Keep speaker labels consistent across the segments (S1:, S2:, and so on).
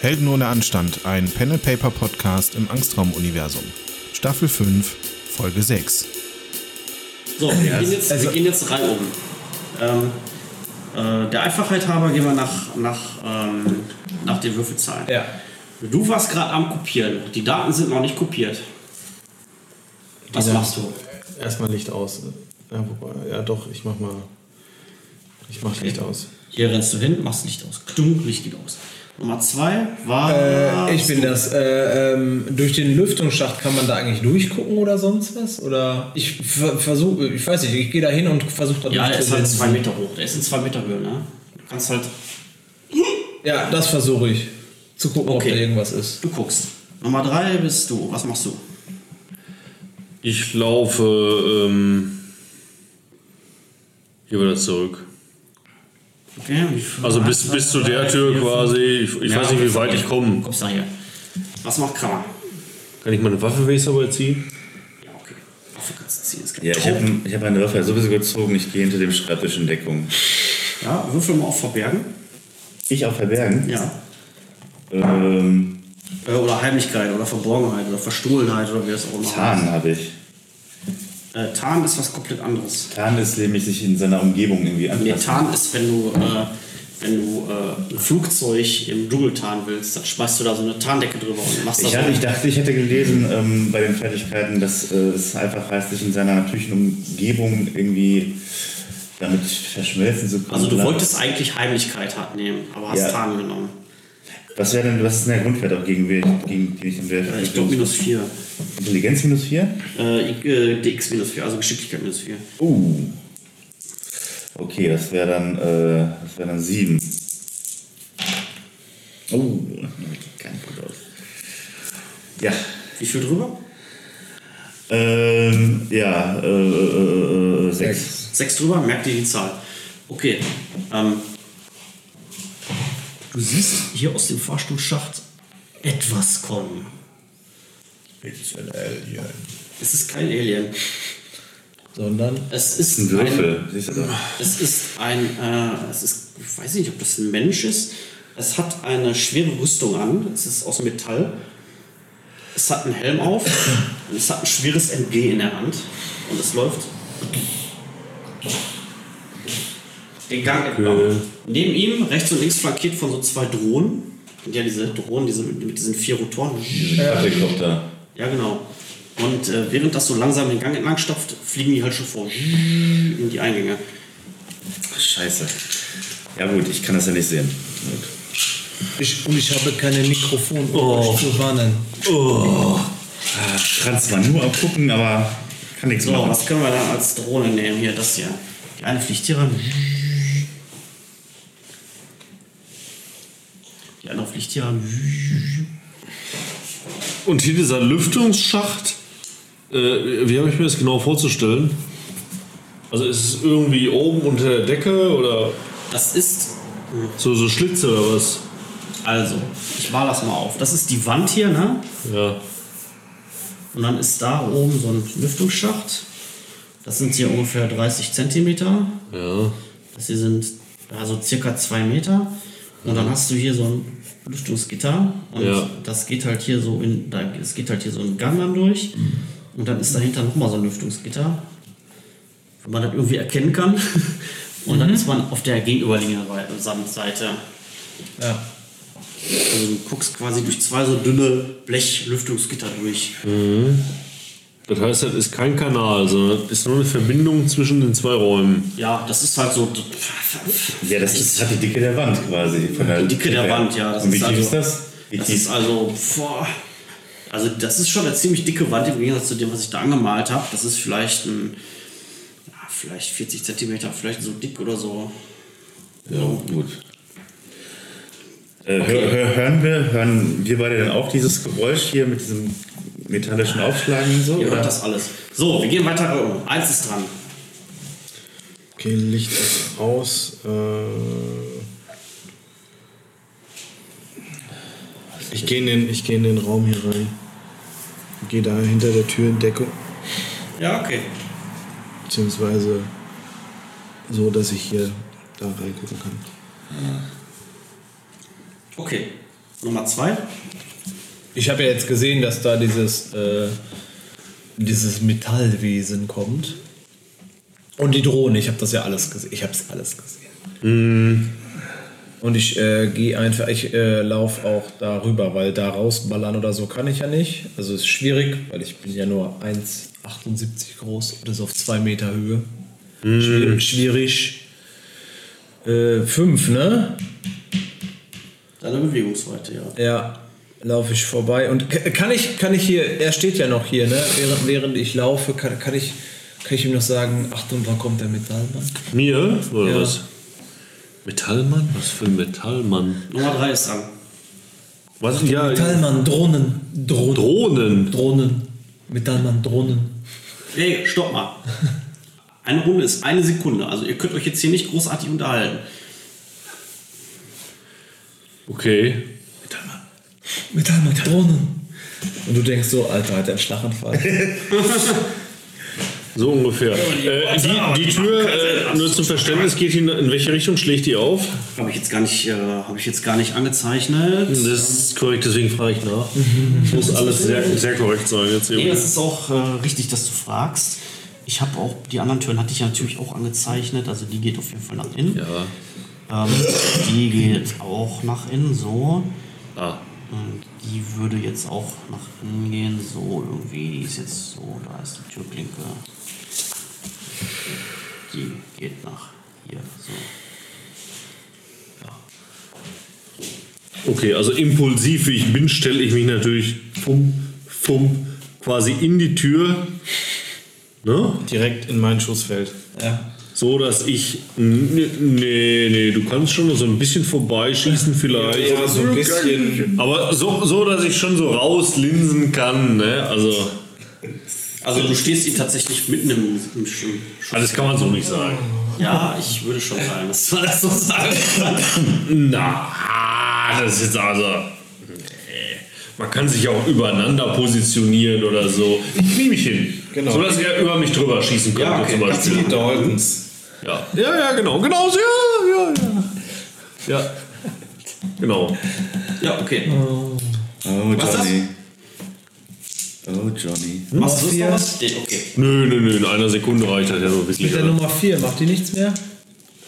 S1: Helden ohne Anstand, ein Panel Paper Podcast im Angstraum-Universum. Staffel 5, Folge 6.
S2: So, wir, gehen, jetzt,
S3: Also-
S2: wir gehen jetzt reihum. Ähm, äh, der Einfachheit halber gehen wir nach, nach, ähm, nach den Würfelzahlen.
S4: Ja.
S2: Du warst gerade am Kopieren. Die Daten sind noch nicht kopiert. Was
S4: Die Daten-
S2: machst du?
S4: Erstmal Licht aus. Ja, wobei, ja doch, ich mach mal. Ich mach Licht aus.
S2: Hier rennst du hin, machst Licht aus. Klunk, Licht geht aus. Nummer zwei war.
S3: Äh, ich bin das. Äh, ähm, durch den Lüftungsschacht kann man da eigentlich durchgucken oder sonst was? Oder ich ver- versuche, ich weiß nicht, ich gehe da hin und versuche da
S2: Ja, der ist halt
S3: durchzusetzen.
S2: zwei Meter hoch. Der ist in zwei Meter Höhe, ne? Du kannst halt.
S3: Ja, das versuche ich. Zu gucken,
S2: Okay.
S3: ob da irgendwas ist.
S2: Du guckst. Nummer drei bist du. Was machst du?
S5: Ich laufe ähm, hier wieder zurück.
S2: Okay, wie viel-
S5: Also bis, bis zu der Tür quasi. Ich, ich
S2: Ja,
S5: weiß nicht, wie
S2: bis-
S5: weit ich komme.
S2: Kommst nachher. Was macht Krammer?
S5: Kann ich meine Waffe wenigstens dabei ziehen?
S2: Ja, okay. Waffe kannst du ziehen. Es gibt
S6: Ja, ich habe
S2: Tauben.
S6: ich hab meine Waffe sowieso gezogen. Ich gehe hinter dem Schreibtisch in Deckung.
S2: Ja, würfel mal auf Verbergen.
S6: Ich auf Verbergen?
S2: Ja.
S6: Ähm,
S2: Äh, Oder Heimlichkeit oder Verborgenheit oder Verstohlenheit oder wie das auch immer
S6: Tarn habe ich.
S2: heißt. Äh, Tarn ist was komplett anderes.
S6: Tarn ist nämlich sich in seiner Umgebung irgendwie
S2: Nee,
S6: anpassen.
S2: Tarn ist, wenn du, äh, wenn du äh, ein Flugzeug im Dschungel tarnen willst, dann schmeißt du da so eine Tarndecke drüber und machst das.
S6: Ich, hab, ich dachte, ich hätte gelesen ähm, bei den Fertigkeiten, dass äh, es einfach heißt, sich in seiner natürlichen Umgebung irgendwie damit verschmelzen zu können.
S2: also du wolltest eigentlich Heimlichkeit hat nehmen, aber hast
S6: Ja.
S2: Tarn genommen.
S6: Was wäre denn, was ist denn der Grundwert, auch gegen, wen- gegen den ich dann
S2: Äh,
S6: wäre?
S2: ich glaube minus 4.
S6: Intelligenz minus 4?
S2: Äh, I- äh, DX minus 4, also Geschicklichkeit minus 4.
S6: Uh. Okay, das wäre dann, äh, das wäre dann 7. Oh, kann gut aus. Ja,
S2: Wie viel drüber?
S6: ähm, ja, äh, äh, 6.
S2: Sechs drüber, merkt ihr die Zahl. Okay. Ähm, du siehst hier aus dem Fahrstuhlschacht etwas kommen. Es ist kein Alien.
S3: Sondern.
S2: Es ist
S6: Ein Würfel, siehst du da?
S2: Es ist ein, äh, es ist, ich weiß nicht, ob das ein Mensch ist. Es hat eine schwere Rüstung an. Es ist aus Metall. Es hat einen Helm auf. Und es hat ein schweres MG in der Hand. Und es läuft den Gang entlang. Neben ihm, rechts und links flankiert von so zwei Drohnen. Und ja, diese Drohnen, diese mit, mit diesen vier Rotoren.
S6: Quadrikopter.
S2: Ja, genau. Und äh, während das so langsam den Gang entlang stopft, fliegen die halt schon vor in die Eingänge.
S6: Scheiße. Ja gut, ich kann das ja nicht sehen.
S3: Ich, und ich habe keine Mikrofon, um
S2: Oh.
S3: euch zu warnen.
S6: Ich kann zwar nur abgucken, aber kann nichts
S2: So,
S6: machen.
S2: was können wir dann als Drohne nehmen? Hier, das hier. Die eine fliegt hier ran. Die andere fliegt hier ran.
S5: Und hier dieser Lüftungsschacht. Äh, wie habe ich mir das genau vorzustellen? Also ist es irgendwie oben unter der Decke oder
S2: Das ist.
S5: so, so Schlitze oder was?
S2: Also, ich mal das mal auf. Das ist die Wand hier, ne?
S5: Ja.
S2: Und dann ist da oben so ein Lüftungsschacht. Das sind hier ungefähr 30 Zentimeter.
S5: Ja.
S2: Das hier sind also circa zwei Meter. Und dann hast du hier so ein Lüftungsgitter. Und
S5: Ja.
S2: das geht halt hier so in. Da, es geht halt hier so einen Gang dann durch. Und dann ist dahinter nochmal so ein Lüftungsgitter. Wenn man das irgendwie erkennen kann. Und
S6: Mhm.
S2: dann ist man auf der gegenüberliegenden Wei- Seite.
S3: Ja.
S2: Also du guckst quasi durch zwei so dünne Blechlüftungsgitter durch.
S5: Das heißt, das ist kein Kanal, sondern das ist nur eine Verbindung zwischen den zwei Räumen.
S2: Ja, das ist halt so.
S6: Ja, das ist, hat die Dicke der Wand quasi. Von der
S2: Die Dicke der Wand, ja. Das
S6: Und wie
S2: ist
S6: tief
S2: also,
S6: ist das? Wie
S2: das
S6: tief?
S2: ist also, boah, also das ist schon eine ziemlich dicke Wand im Gegensatz zu dem, was ich da angemalt habe. Das ist vielleicht ein, ja, vielleicht 40 Zentimeter, vielleicht so dick oder so.
S6: Ja, gut. Äh, hör, hör, hören, wir, hören wir beide dann auch dieses Geräusch hier mit diesem metallischen Aufschlagen und so?
S2: Ihr
S6: oder?
S2: hört das alles. So, wir gehen weiter. um. Eins ist dran.
S4: Okay, Licht ist aus. Äh ich gehe in, den- ich geh in den Raum hier rein. Gehe da hinter der Tür in Deckung.
S2: Ja, okay.
S4: Beziehungsweise so, dass ich hier da reingucken kann.
S2: Okay. Nummer zwei.
S7: Ich habe ja jetzt gesehen, dass da dieses, äh, dieses Metallwesen kommt. Und die Drohne, ich habe das ja alles gesehen. Ich habe es alles gesehen. Und ich äh, gehe einfach, ich äh, laufe auch darüber, weil da rausballern oder so kann ich ja nicht. Also ist schwierig, weil ich bin ja nur 1,78 groß und ist auf 2 Meter Höhe. Schwier- Schwierig. 5, ne?
S2: Deine Bewegungsweite, ja.
S7: Ja, laufe ich vorbei. Und k- kann ich, kann ich hier, er steht ja noch hier, ne? Während, während ich laufe, kann, kann, ich, kann ich ihm noch sagen, Achtung, da kommt der Metallmann.
S5: Mir? Oder
S7: Ja.
S5: was? Metallmann? Was für ein Metallmann?
S2: Nummer drei ist dran.
S5: Was? Ja,
S7: Metallmann, Drohnen, Drohnen.
S5: Drohnen.
S7: Drohnen. Metallmann, Drohnen.
S2: Hey, stopp mal. Eine Runde ist eine Sekunde. Also ihr könnt euch jetzt hier nicht großartig unterhalten.
S5: Okay.
S7: Metallmann, Drohnen. Und du denkst so, Alter, hat er einen Schlaganfall.
S5: So ungefähr. Äh, die, die Tür, äh, nur zum Verständnis, geht hin, in welche Richtung schlägt die auf?
S2: Habe ich jetzt gar nicht, äh, habe ich jetzt gar nicht angezeichnet.
S5: Das ist korrekt, deswegen frage ich nach. Mhm. Muss alles sehr, sehr korrekt sein jetzt
S2: Nee,
S5: eben.
S2: das ist auch äh, richtig, dass du fragst. Ich habe auch, die anderen Türen hatte ich ja natürlich auch angezeichnet, also die geht auf jeden Fall nach innen.
S5: Ja.
S2: Ähm, die geht auch nach innen, so.
S5: Ah.
S2: Und die würde jetzt auch nach innen gehen, so irgendwie. Die ist jetzt so, da ist die Türklinke. Die geht nach hier, so.
S5: Okay, also impulsiv wie ich bin, stelle ich mich natürlich fum, fum, quasi in die Tür. Ne?
S4: Direkt in mein Schussfeld.
S7: ja.
S5: So, dass ich. Nee, nee, nee, du kannst schon so ein bisschen vorbeischießen vielleicht.
S4: Ja, so ein bisschen.
S5: Aber so, so, dass ich schon so rauslinsen kann, ne? Also,
S2: Also du stehst ihm tatsächlich mitten im, im Schuh.
S5: das kann man so nicht sagen.
S2: Ja, ich würde schon sagen, dass man das so sagen kann.
S5: Na, das ist jetzt also. Nee. Man kann sich ja auch übereinander positionieren oder so. Ich knie mich hin.
S4: Genau.
S5: So dass er über mich drüber schießen könnte,
S4: Ja, okay.
S5: zum
S4: Kannst du
S5: Beispiel.
S4: die Daltons?
S5: Ja. ja, ja, genau, genau, so, ja, ja, ja. Ja, genau.
S2: Ja, okay.
S6: Oh,
S2: Was ist das?
S6: Johnny. Oh, Johnny.
S2: Machst du sonst noch was? Nee, okay.
S5: Nö, nö, nö, in einer Sekunde reicht das ja so ein bisschen.
S7: Mit der
S5: oder?
S7: Nummer 4, macht die nichts mehr?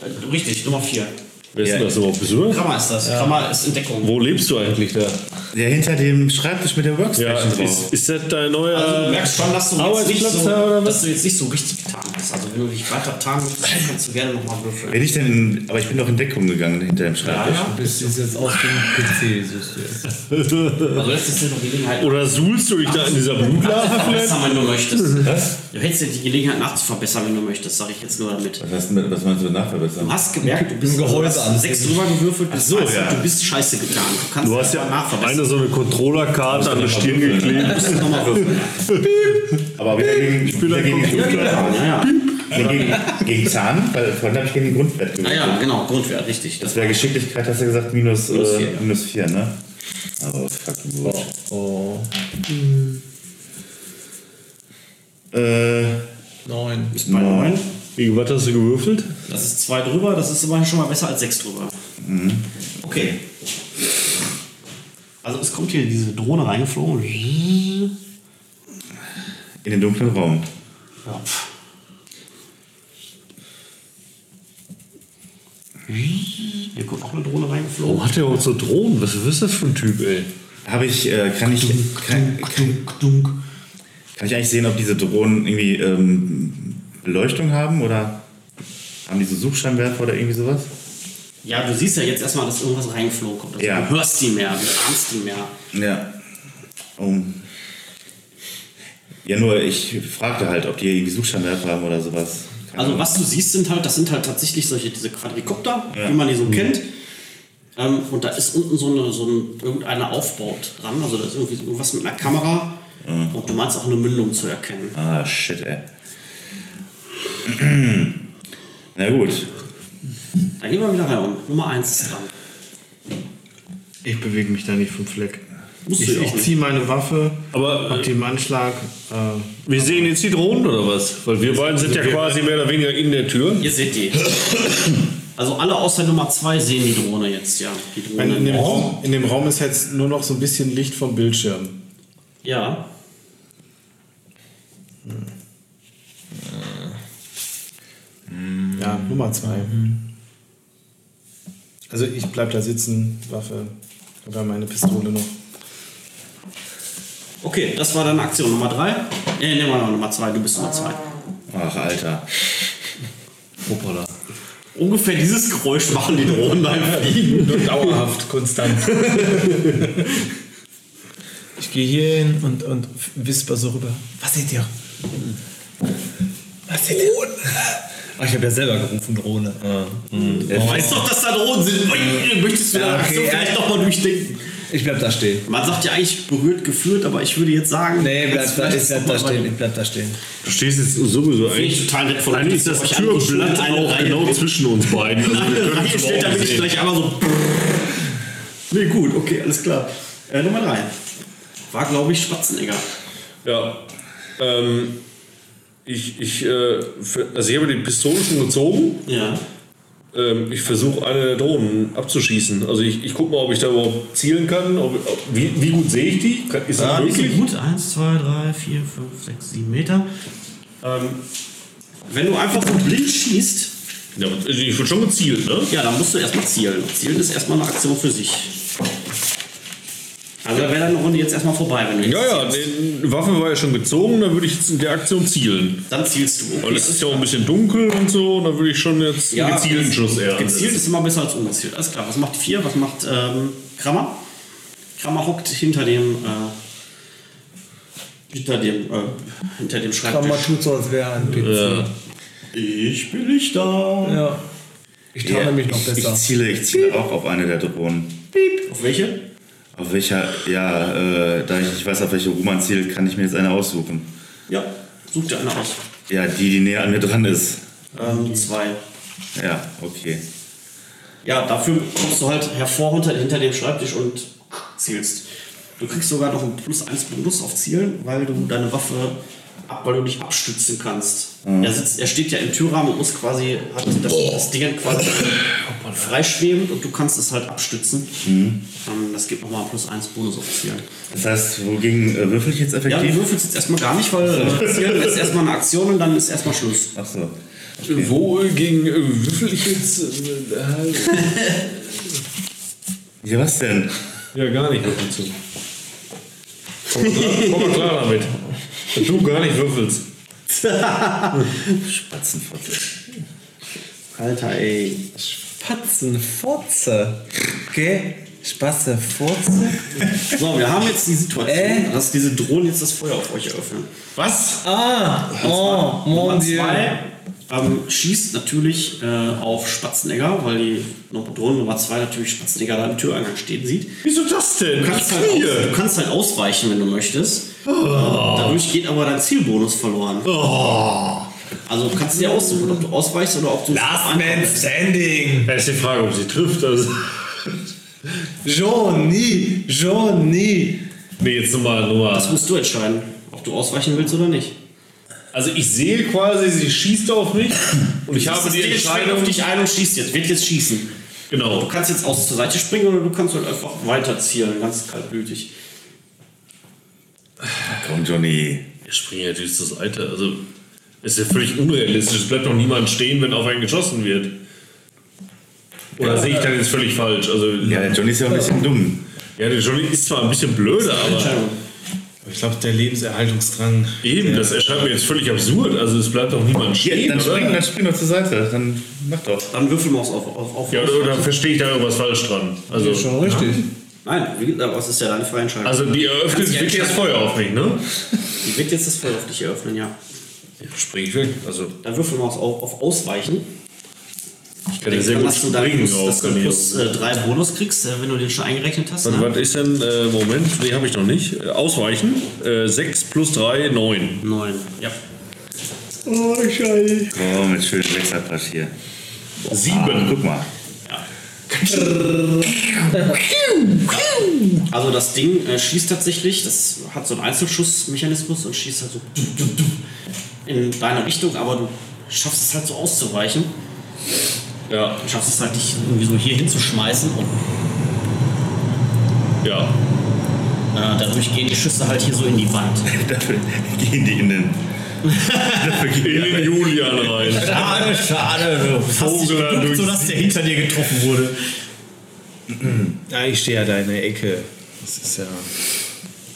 S2: Äh, Richtig, Nummer 4.
S5: Wer ist denn das überhaupt? Bist du das?
S2: Krammer ist das. Krammer ist in Deckung.
S5: Wo lebst du eigentlich da?
S6: Der hinter dem Schreibtisch mit der Workstation
S5: Ja, also
S6: drauf.
S5: ist, ist das dein neuer.
S2: Also du merkst schon, dass du, jetzt nicht
S5: Arbeitsplatz da
S2: so,
S5: oder was?
S2: dass du jetzt nicht so richtig getan hast. Also wenn du dich weiter tarnen möchtest, kannst du gerne nochmal würfeln.
S6: Bin ich denn in, aber ich bin doch in Deckung gegangen hinter dem Schreibtisch.
S7: Du bist jetzt aus dem PC, siehst du jetzt.
S2: Also jetzt ist dir noch Gelegenheit,
S5: Oder suhlst du dich da in dieser Blutlache vielleicht?
S2: verbessern, wenn du möchtest. Du hättest dir die Gelegenheit nachzuverbessern, wenn du möchtest, sag ich jetzt nur damit.
S6: Was, hast du mit, was meinst du mit
S2: Du
S6: nachverbessern?
S2: hast gemerkt, du bist
S7: Ein Gehäuse
S2: du hast
S7: an.
S2: sechs drüber gewürfelt, bist
S6: so,
S2: weiß,
S6: ja.
S2: du bist scheiße getan. Du kannst
S5: Du hast ja
S2: aber nachverbessern.
S5: eine so eine Controllerkarte an die Stirn geklebt.
S2: Du musst nochmal würfeln.
S6: Aber wieder gegen, ich bin wieder gegen,
S2: Ja, ja.
S6: Nee, gegen, gegen Zahn, weil vorhin habe ich gegen den Grundwert gewählt.
S2: Naja, genau, Grundwert, richtig. Das
S6: Das wäre Geschicklichkeit, hast du gesagt, minus,
S2: Minus
S6: äh,
S2: vier, ja.
S6: minus 4, ne? Aber fucking gut.
S7: Oh,
S6: Äh,
S7: neun.
S2: ist bei 9.
S5: Wie, was hast du gewürfelt?
S2: Das ist 2 drüber, das ist immerhin schon mal besser als 6 drüber. Okay. Also es kommt hier diese Drohne reingeflogen. Ja,
S6: in den dunklen Raum.
S2: pff. Hier kommt auch eine Drohne reingeflogen.
S5: Warum hat der auch so Drohnen? Was ist das für ein Typ, ey?
S6: Habe ich, äh, kann ich, kann, kann, kann ich eigentlich sehen, ob diese Drohnen irgendwie ähm, Beleuchtung haben oder haben die so Suchscheinwerfer oder irgendwie sowas?
S2: Ja, du siehst ja jetzt erstmal, dass irgendwas reingeflogen kommt. Also
S6: Ja.
S2: Du hörst die mehr, du ahnst die mehr.
S6: Ja. Um. Ja, nur ich fragte halt, ob die irgendwie Suchscheinwerfer haben oder sowas. Keine
S2: Also
S6: Ahnung.
S2: was du siehst, sind halt, das sind halt tatsächlich solche diese Quadrikopter,
S6: Ja.
S2: wie man die
S4: Mhm.
S2: so kennt. Ähm, und da ist unten so eine so ein, irgendeine Aufbaut dran, also da ist irgendwie irgendwas mit einer Kamera.
S4: Mhm.
S2: Und du meinst auch eine Mündung zu erkennen.
S6: Ah, shit, ey. Na gut.
S2: Da gehen wir wieder rein. Und Nummer 1 ist dran.
S4: Ich bewege mich da nicht vom Fleck.
S2: Musst du
S4: ich
S2: ja auch
S4: ich
S2: nicht.
S4: ziehe meine Waffe,
S5: Aber-
S4: hab die im Anschlag. Äh,
S5: Wir sehen jetzt die Drohnen oder was? Weil wir beiden sind ja quasi mehr oder weniger in der Tür.
S2: Ihr seht die. Also alle außer Nummer 2 sehen die Drohne jetzt, ja. Die Drohne.
S4: In dem, Raum, in dem Raum ist jetzt nur noch so ein bisschen Licht vom Bildschirm.
S2: Ja.
S4: Ja,
S7: Mhm.
S4: Nummer zwei. Also ich bleib da sitzen, Waffe oder meine Pistole noch.
S2: Okay, das war dann Aktion Nummer 3. Nee, nehmen wir noch Nummer 2, du bist Nummer 2.
S6: Ach, Alter.
S3: Hoppala.
S2: Ungefähr dieses Geräusch machen die Drohnen beim Fliegen.
S3: Dauerhaft, konstant. ich gehe hier hin und, und whisper so rüber. Was seht ihr? Was seht ihr? Ah, ich habe ja selber gerufen, Drohne. Ah, mm.
S2: Du weißt Äh, doch, dass da Drohnen sind. Ui, Möchtest du da
S3: Ja, okay,
S2: Aktion
S3: ja.
S2: vielleicht doch mal durchdenken?
S3: Ich bleib da stehen.
S2: Man sagt ja eigentlich berührt, geführt, aber ich würde jetzt sagen.
S3: Nee, bleib
S2: jetzt
S3: da,
S2: vielleicht
S3: ich bleib
S2: doch
S3: da
S2: mal
S3: stehen.
S2: überlegen.
S3: Ich bleib da stehen.
S5: Du stehst jetzt sowieso
S2: Finde ich
S5: eigentlich.
S2: total nett von
S5: Eigentlich
S2: euch,
S5: ist das
S2: dass ihr euch angeschnitten
S5: Türblatt
S2: in eine
S5: auch
S2: Reihe
S5: genau
S2: legt.
S5: zwischen uns beiden. Also wir
S2: Nein,
S5: können
S2: hier
S5: es
S2: steht, da
S5: überhaupt
S2: bin ich
S5: sehen.
S2: gleich einmal so. Nee, gut, okay, alles klar. Äh, Nummer 3. War, glaube ich, Spatzenegger.
S5: Ja. Ähm, ich, ich, äh, ver- also ich habe die Pistole schon gezogen.
S2: Ja.
S5: Ähm, ich versuche eine der Drohnen abzuschießen. Also ich, ich gucke mal, ob ich da überhaupt zielen kann. Ob, ob, wie, wie gut sehe ich die? Kann- Ist das
S2: Ja, die
S5: möglich?
S2: sind gut. 1, 2, 3, 4, 5, 6, 7 Meter. Ähm, wenn du einfach so blind schießt,
S5: Ja, also ich wurde schon gezielt, ne?
S2: ja, dann musst du erstmal zielen. Zielen ist erstmal eine Aktion für sich. Also da wäre deine Runde jetzt erstmal vorbei, wenn du jetzt
S5: Ja, ja,
S2: zielst.
S5: die Waffe war ja schon gezogen, dann würde ich jetzt in der Aktion zielen.
S2: Dann zielst du.
S5: Weil es ist ja auch ein bisschen dunkel und so, und dann würde ich schon jetzt einen gezielten Schuss eher
S2: Gezielt
S5: ansetzen.
S2: ist immer besser als ungezielt. Alles klar, was macht die 4? Was macht ähm, Krammer? Krammer hockt hinter dem, äh, hinter dem, äh, hinter dem Schreibtisch.
S3: Krammer tut so, als wäre er ein PC.
S2: Ich bin nicht da.
S3: Ja. Ich tarne mich noch
S6: ich,
S3: besser.
S6: ich ziele, ich ziele auch auf eine der Drohnen.
S2: Auf welche?
S6: Auf welcher, ja, äh, da ich nicht weiß, auf welche Roman zielt, kann ich mir jetzt eine aussuchen.
S2: Ja, such dir eine aus.
S6: Ja, die, die näher an mir dran ist.
S5: Mhm.
S2: Ähm, zwei.
S6: Ja, okay.
S2: Ja, dafür kommst du halt hervor unter, hinter dem Schreibtisch und zielst. Du kriegst sogar noch einen plus 1 Bonus auf Zielen, weil du deine Waffe ab, weil du dich abstützen kannst. Er, sitzt, er steht ja im Türrahmen und muss quasi, hat das, das Ding halt quasi freischwebend und du kannst es halt abstützen. Ähm, Das gibt nochmal einen plus 1 Bonus auf Zielen.
S6: Das heißt, wogegen äh, würfel ich jetzt
S2: Ja, du
S6: effektiv?
S2: würfelst jetzt erstmal gar nicht, weil äh, Zielen ist erstmal eine Aktion und dann ist erstmal Schluss.
S6: Ach so.
S5: Wo äh, gegen äh, würfel ich jetzt? Äh,
S6: Ja, was denn?
S5: äh, ja, gar nicht würfeln zu. Komm mal klar, komm mal klar damit. Dass du gar nicht würfelst.
S6: Spatzenfotze.
S2: Alter, ey.
S3: Spatzenfotze. Okay? Spatzefotze?
S2: So, wir haben jetzt die Situation,
S3: Äh?
S2: dass diese Drohnen jetzt das Feuer auf euch eröffnen. Was?
S3: Ah! Oh,
S2: Nummer
S3: mon dieu.
S2: zwei ähm, schießt natürlich äh, auf Spatzenegger, weil die Nummer- Drohne Nummer 2 natürlich Spatzenegger da im Türeingang stehen sieht.
S5: Wieso das denn?
S2: Du kannst, halt aus, du kannst halt ausweichen, wenn du möchtest.
S3: Oh.
S2: Dadurch geht aber dein Zielbonus verloren. Also du kannst es dir aussuchen, ob du ausweichst oder ob du...
S3: Last Man Standing!
S5: Da ist die Frage, ob sie trifft. Also.
S3: Johnny! Johnny!
S5: Nee, jetzt nochmal. nochmal.
S2: Das musst du entscheiden, ob du ausweichen willst oder nicht.
S5: Also ich sehe quasi, sie schießt auf mich und ich habe
S2: Das
S5: die
S2: Ding schlägt
S5: Entscheidung.
S2: auf dich ein und schießt jetzt. Wird jetzt schießen. Du
S5: Genau.
S2: kannst jetzt aus zur Seite springen oder du kannst halt einfach weiter zielen, ganz kaltblütig.
S6: Komm, Johnny.
S5: Wir springen natürlich zur Seite. Also ist ja völlig unrealistisch. Es bleibt doch niemand stehen, wenn auf einen geschossen wird. Oder sehe ich dann jetzt völlig falsch? Also ja,
S6: Ja, der Johnny ist ja auch ein bisschen dumm.
S5: der Johnny ist zwar ein bisschen blöder, aber
S2: Entscheidung.
S4: Aber ich glaube, der Lebenserhaltungsdrang.
S5: eben, das erscheint mir jetzt völlig absurd. Also es bleibt doch niemand
S6: Hier,
S5: stehen,
S6: dann spring,
S5: oder?
S6: dann spring doch zur Seite. Dann mach doch.
S2: Dann würfeln wir es auf. auf, auf
S5: Ja, oder verstehe ich da irgendwas falsch dran? Also,
S3: Schon richtig.
S2: Nein, wie gesagt, aber es ist ja deine freie Entscheidung.
S5: also die eröffnet
S2: Kannst du
S5: wirklich das
S2: entscheiden.
S5: Feuer auf mich, ne?
S2: Die wird jetzt das Feuer auf dich eröffnen, ja.
S5: Ja, spring ich weg. Also
S2: Dann würfeln wir es auf, auf Ausweichen.
S5: ich kann ja sehr
S2: dann
S5: gut
S2: hast du dann
S5: springen
S2: plus,
S5: auch.
S2: dass du
S5: kann ich
S2: plus
S5: auch.
S2: äh, drei Bonus kriegst, äh, wenn du den schon eingerechnet hast.
S5: Und
S2: Ne?
S5: was ist denn, äh, Moment, nee, habe ich noch nicht. Äh, Ausweichen. Äh, 6 plus 3, 9.
S2: Neun. Ja.
S6: Oh, mit schönem Wechselpasch hier.
S5: 7.
S6: Guck mal.
S2: Also das Ding äh, schießt tatsächlich, das hat so einen Einzelschussmechanismus und schießt halt so in deine Richtung, aber du schaffst es halt so auszuweichen.
S5: Ja,
S2: Du schaffst es halt, dich irgendwie so hier hinzuschmeißen und
S5: ja.
S2: äh, dadurch gehen die Schüsse halt hier so in die Wand.
S6: Dafür gehen die in den. Dafür gehen
S5: In den
S6: die
S5: Julian rein.
S2: Schade, schade. Du hast dich
S5: Vogel hat
S2: geduckt,
S5: durchs-
S2: sodass der hinter dir getroffen wurde.
S4: Ah, ich stehe ja da in der Ecke. Das ist ja.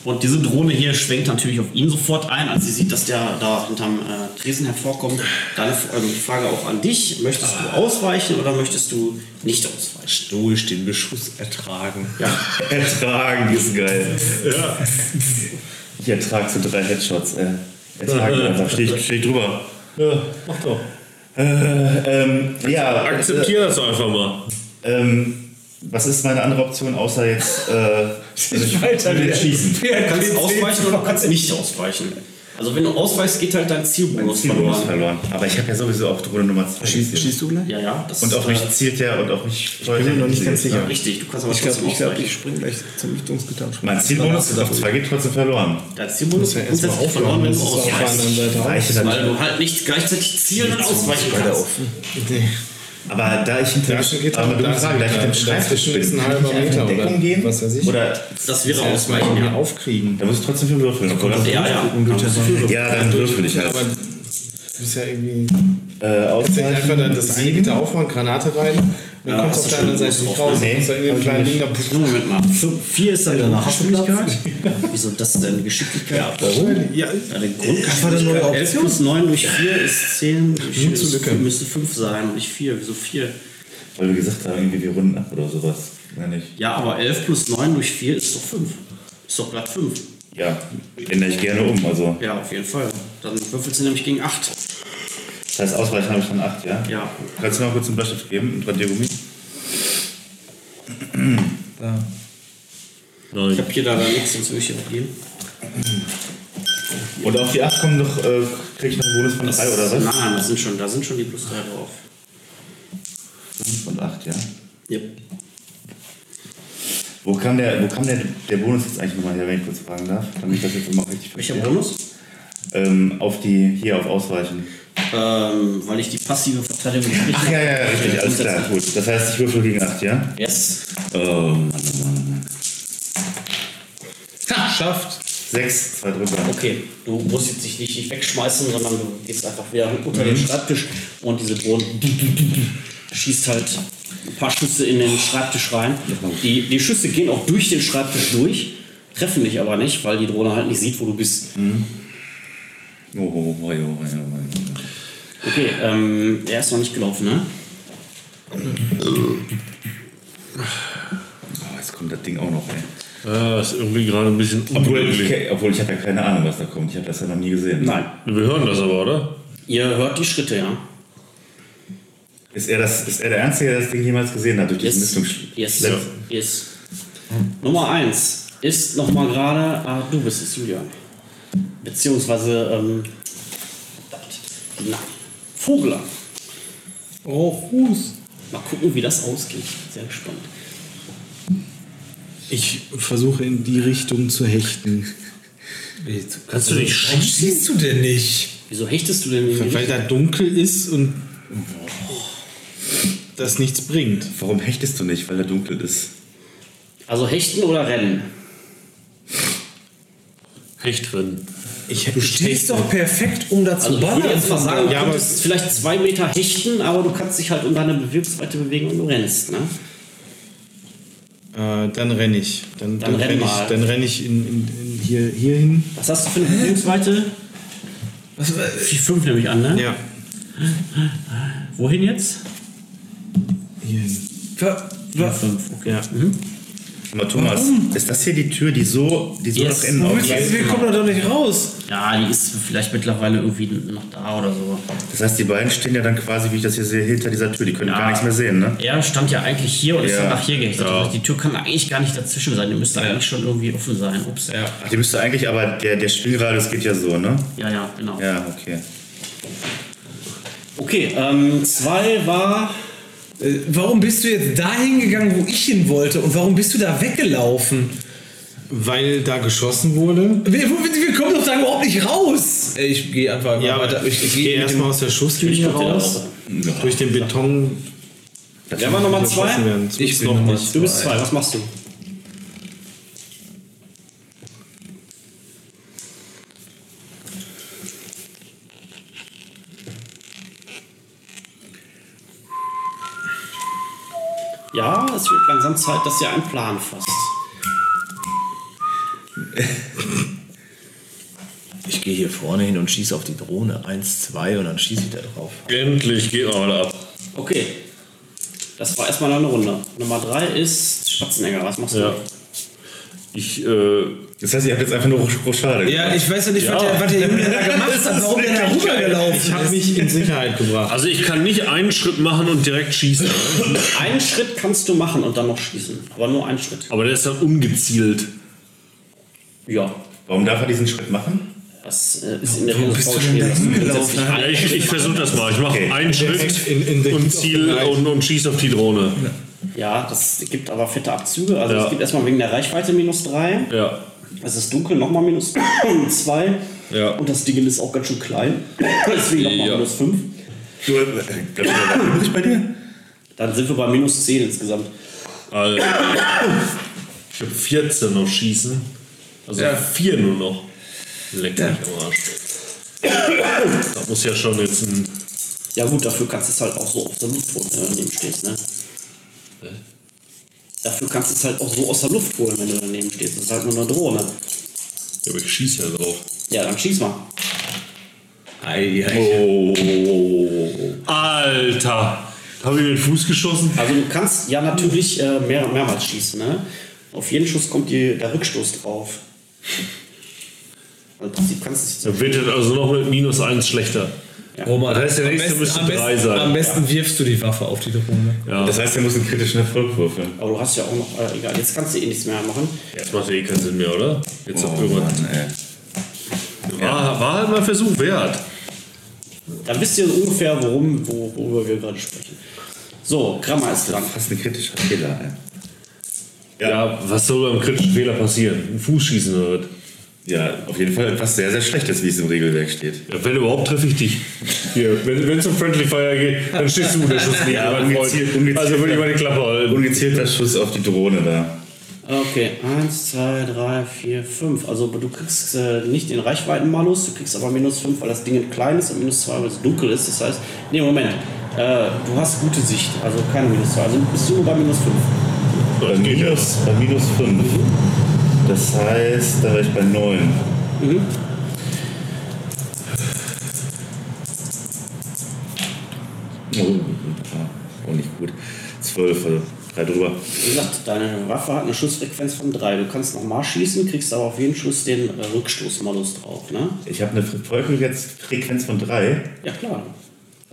S2: Und diese Drohne hier schwenkt natürlich auf ihn sofort ein, als sie sieht, dass der da hinterm äh, Tresen hervorkommt. Dann ähm, die Frage auch an dich: Möchtest
S5: Ah.
S2: du ausweichen oder möchtest du nicht ausweichen?
S3: Stoisch den Beschuss ertragen.
S6: Ertragen ist geil.
S5: Ja.
S6: Ich ertrage so drei Headshots. Äh, ertragen einfach. Stehe ich, steh ich drüber.
S5: ja. Mach doch.
S6: Äh, ähm, ja.
S5: Akzeptier das einfach mal.
S6: Äh, ähm, was ist meine andere Option, außer jetzt. Äh, also ich will jetzt schießen.
S2: Du kannst ausweichen oder du kannst nicht ausweichen. Also, wenn du ausweichst, geht halt dein
S6: Mein
S2: Zielbonus
S6: Zielbonus
S4: halt.
S2: verloren.
S6: verloren. Aber ich habe ja sowieso auch Drohne Nummer 2.
S4: du gleich?
S2: Ja, ja, das
S6: Und auf
S2: äh,
S6: mich zielt ja und auf mich Ich
S4: bin mir noch nicht ganz sicher.
S2: richtig. Du kannst aber
S4: Ich glaube,
S2: trotzdem
S4: ich, glaub,
S2: ausweichen.
S4: ich springe gleich zum Lichtungsgitter.
S6: Mein Zielbonus auf 2 geht trotzdem verloren.
S2: dein Zielbonus wird grundsätzlich verloren, wenn du ausweichst.
S6: Reiche dann
S2: Weil du halt nicht gleichzeitig zielen und ausweichen kannst.
S6: Aber da ich hinter
S4: Da steht
S6: aber
S4: auch,
S6: du
S4: da
S6: musst sagen, da ich hinter dem
S4: steht da,
S6: Schreibtisch
S4: dazwischen
S6: bin,
S4: ist ein
S6: kann
S4: halber
S6: ich einfach in
S4: Meter
S6: Deckung
S4: oder
S6: gehen?
S4: was weiß ich.
S6: Oder
S2: Das wäre
S4: Mal
S2: ausweichen,
S4: hier
S2: ja.
S4: aufkriegen.
S6: da musst du trotzdem viel würfeln, oder?
S2: Ja, ja.
S6: Ja, dann würfel ich halt.
S4: Aber du bist ja irgendwie.
S6: Äh,
S4: Kannst du nicht einfach
S6: ausweichen.
S4: dann das eine Gitter aufmachen, Granate rein, dann
S2: Ja, hast
S4: kommst du
S2: du
S4: auf der
S2: schon
S4: anderen Seite
S2: Lust
S4: nicht
S2: drauf,
S4: raus.
S2: ne?
S4: Nee, dann irgendeinen kleinen Ding da
S2: Moment mal. Vier ist dann deine Haschmöglichkeit. Wieso das denn? Geschicklichkeit? Ja, warum?
S4: Ja,
S2: Deine
S4: Das war eine neue
S2: Grundgeschicklichkeit. 11 plus 9 durch 4 ist 10. Durch
S4: zur Lücke.
S2: müsste 5 sein und nicht 4. Wieso 4?
S6: Weil wir gesagt haben, irgendwie wir runden ab oder sowas. Nein, nicht.
S2: Ja, aber 11 plus 9 durch 4 ist doch 5. Ist doch glatt 5.
S6: Ja, ändere ich gerne um. Also.
S2: Ja, auf jeden Fall. Dann würfelst du nämlich gegen 8.
S6: Das heißt, ausweichen habe ich von 8, ja?
S2: Ja.
S6: Kannst du mal kurz einen Bleistift geben? Ein Radiergummi?
S2: Ich
S5: Nein.
S2: habe hier da dann nichts, sonst würde ich dir noch geben.
S6: Und auf die 8 kommen noch, äh, krieg ich noch einen Bonus von 3 oder
S2: Nein,
S6: was?
S2: nein, das sind schon, da sind schon die plus 3 drauf.
S6: Von 8, ja.
S2: Yep.
S6: Wo kam der, wo kam der, der Bonus jetzt eigentlich nochmal her, wenn ich kurz fragen darf? Damit ich das jetzt immer richtig
S2: Welcher
S6: verstehe.
S2: Bonus?
S6: Ähm, auf die, hier auf Ausweichen.
S2: Ähm, weil ich die passive Verteidigung nicht
S6: Ach ja, ja, ja, richtig, alles klar, gut. Das heißt, ich würfel gegen 8, ja?
S2: Yes.
S6: Ähm,
S2: oh,
S3: Schafft.
S6: 6, 2 Drittel.
S2: Okay, du musst jetzt dich nicht wegschmeißen, sondern du gehst einfach wieder unter den Schreibtisch und diese Drohne schießt halt ein paar Schüsse in den Schreibtisch rein. Die, die Schüsse gehen auch durch den Schreibtisch durch, treffen dich aber nicht, weil die Drohne halt nicht sieht, wo du bist.
S6: Oh, oh, oh, oh, oh, oh, oh.
S2: Okay, ähm, er ist noch nicht gelaufen, ne?
S6: oh jetzt kommt das Ding auch noch, ey.
S5: Ja, Ah, ist irgendwie gerade ein bisschen
S6: Obwohl ich,
S5: unglücklich.
S6: ke- obwohl ich habe ja keine Ahnung, was da kommt. Ich habe das ja noch nie gesehen.
S2: Nein.
S5: Wir hören das aber, oder?
S2: Ihr hört die Schritte, ja?
S6: Ist er, das, ist er der Einzige, der das Ding jemals gesehen hat durch
S2: Yes.
S6: diesen Mistungsschlitz?
S2: Yes. Yes. Nummer 1 ist nochmal gerade, ah, du bist es, Julian. Beziehungsweise, ähm, verdammt, na, Vogler.
S4: Oh, Fuß.
S2: Mal gucken, wie das ausgeht. Sehr gespannt.
S4: Ich versuche in die Richtung zu hechten.
S5: Kannst du dich
S3: Warum schießt du denn nicht?
S2: Wieso hechtest du denn den
S4: Weil da dunkel ist und das nichts bringt.
S6: Warum hechtest du nicht? Weil er dunkel ist.
S2: Also hechten oder rennen?
S5: Hecht drin.
S4: Ich
S3: Du stehst doch perfekt, um da zu
S2: Also ich würde jetzt mal sagen, du
S4: Ja, aber-
S2: könntest vielleicht zwei Meter hechten, aber du kannst dich halt um deine Bewegungsweite bewegen und du rennst, ne?
S4: Äh, dann renne ich. Dann,
S2: Dann
S4: dann,
S2: renn
S4: renn
S2: mal.
S4: ich. Dann renne ich in, in, in hier, hier hin.
S2: Was hast du für eine Bewegungsweite?
S4: Was,
S2: 4,5 nehme ich an, ne?
S4: ja.
S2: Wohin jetzt?
S4: Hier hin.
S2: Ja, Mhm. 5, okay.
S4: Ja.
S6: Aber Thomas, ist das hier die Tür, die so, die so
S2: Yes.
S6: nach innen aufgeht?
S4: Wir kommen doch nicht raus.
S2: Ja, die ist vielleicht mittlerweile irgendwie noch da oder so.
S6: Das heißt, die beiden stehen ja dann quasi, wie ich das hier sehe, hinter dieser Tür. Die können
S2: Ja.
S6: gar nichts mehr sehen, ne?
S2: Er stand ja eigentlich hier und ist
S6: Ja. genau.
S2: dann nach hier gehechtet.
S5: Ja.
S2: Also Die Tür kann eigentlich gar nicht dazwischen sein. Die müsste eigentlich schon irgendwie offen sein. Ups. Ja,
S6: Ach, die müsste eigentlich, aber der, der Spielradius geht ja so, ne?
S2: ja, genau.
S6: Ja, okay.
S2: Okay, ähm, zwei war.
S3: Äh, Warum bist du jetzt dahin gegangen, wo ich hin wollte? Und warum bist du da weggelaufen?
S4: Weil da geschossen wurde.
S3: Wir, wir wir kommen doch da überhaupt nicht raus! Äh, Ich gehe einfach.
S4: Ja, aber da, ich, ich gehe erstmal aus der Schusslinie
S2: kommt ihr da
S4: raus.
S2: raus.
S4: Durch den Beton
S2: Wer war Also, nochmal zwei?
S4: erschossen werden. Zwei
S2: Ich bin noch nicht. Du bist zwei, was machst du? Ja, es wird langsam Zeit, dass ihr einen Plan fasst.
S3: Ich gehe hier vorne hin und schieße auf die Drohne. Eins, zwei und dann schieße ich da drauf.
S5: Endlich geht mal alle ab.
S2: Okay. Das war erstmal noch eine Runde. Nummer drei ist Spatzenegger. Was machst du?
S5: Ja. Ich, äh,
S6: Das heißt, ihr habt jetzt einfach nur Rochade
S3: Ja, ich weiß ja nicht, was, der, was der Junge da gemacht hat, warum der da
S4: Ich
S3: rübergelaufen
S4: habe
S3: ist.
S4: mich in Sicherheit gebracht.
S5: also ich kann nicht einen Schritt machen und direkt schießen.
S2: Einen Schritt kannst du machen und dann noch schießen. Aber nur einen Schritt.
S5: Aber der ist dann ungezielt.
S2: Ja.
S6: Warum darf er diesen Schritt machen?
S2: Das äh, ist in der Regel vorgeschrieben. dass man grundsätzlich
S5: Ja, ich ich versuche das mal. Ich mache
S6: Okay.
S5: einen Schritt
S4: In- in der-
S5: und Ziel und, und schieße auf die Drohne.
S2: Ja, das gibt aber fette Abzüge. Also
S5: Ja.
S2: es gibt erstmal wegen der Reichweite minus 3.
S5: Ja.
S2: Es ist dunkel, nochmal minus 2.
S5: Ja.
S2: Und das Ding ist auch ganz schön klein. Deswegen nochmal
S5: Ja.
S2: minus 5.
S6: Du, äh, bleibst du da übrig bei dir?
S2: Dann sind wir bei minus 10 insgesamt.
S5: Alter. Also, Ich hab 14 noch schießen. Also
S3: Ja.
S5: 4 nur noch. Leck mich am Arsch. Da muss ja schon jetzt ein.
S2: Ja gut, dafür kannst du es halt auch so aus der Luft holen, wenn du daneben stehst, ne? Dafür kannst du es halt auch so aus der Luft holen, wenn du daneben stehst. Das ist halt nur eine Drohne.
S5: Ja, aber ich schieße ja drauf.
S2: Ja, dann schieß mal.
S3: Ei, ei.
S5: Oh. Alter. Habe ich mir den Fuß geschossen?
S2: Also du kannst ja natürlich äh, mehr, mehrmals schießen, ne? Auf jeden Schuss kommt die, der Rückstoß drauf. Also im Prinzip kannst du
S5: Da wird jetzt also noch mit minus 1 schlechter. Oh
S3: Roman,
S5: Das heißt, der
S3: am
S5: nächste
S3: besten-
S5: müsste
S3: am besten-
S5: drei sein.
S3: Am besten wirfst du die Waffe auf die Drohne.
S5: Ja.
S6: Das heißt, er muss einen kritischen Erfolg würfeln.
S2: Aber du hast ja auch noch, äh, egal, jetzt kannst du eh nichts mehr machen.
S5: Jetzt macht ja eh keinen Sinn mehr, oder? Jetzt
S3: Oh
S5: hat irgendwann.
S6: Oh Mann, ey.
S5: War, war halt mal Versuch wert.
S2: Dann wisst ihr ungefähr, worum, wo- worüber wir gerade sprechen. So, Grammer ist dran.
S6: Fast ein kritischer Fehler, ey.
S5: Ja. was soll beim kritischen Fehler passieren? Ein Fuß schießen oder was?
S6: Ja, auf jeden Fall etwas sehr, sehr Schlechtes, wie es im Regelwerk steht.
S5: Ja, wenn überhaupt, treffe ich dich. Hier, wenn es um Friendly Fire geht, dann stehst du der Schuss nicht.
S6: Ja,
S5: mein Freund.
S6: ungezielt, ungezielt.
S5: also würde ich meine Klappe halten.
S6: Ungezielter Schuss auf die Drohne da.
S2: Okay, 1, 2, 3, 4, 5. Also du kriegst äh, nicht den Reichweitenmalus, du kriegst aber minus 5, weil das Ding klein ist und minus 2, weil es dunkel ist. Das heißt, nee, Moment, äh, du hast gute Sicht, also keine minus 2. Also bist du nur bei minus 5.
S6: Bei
S5: Das geht ja.
S6: minus, bei minus 5. Das heißt, da war ich bei 9.
S2: Mhm.
S6: Oh, auch nicht gut. 12, also 3 drüber.
S2: Wie gesagt, deine Waffe hat eine Schussfrequenz von 3. Du kannst nochmal schießen, kriegst aber auf jeden Schuss den äh, Rückstoßmalus drauf, ne?
S6: Ich habe eine Verfolgungsfrequenz von 3.
S2: Ja, klar.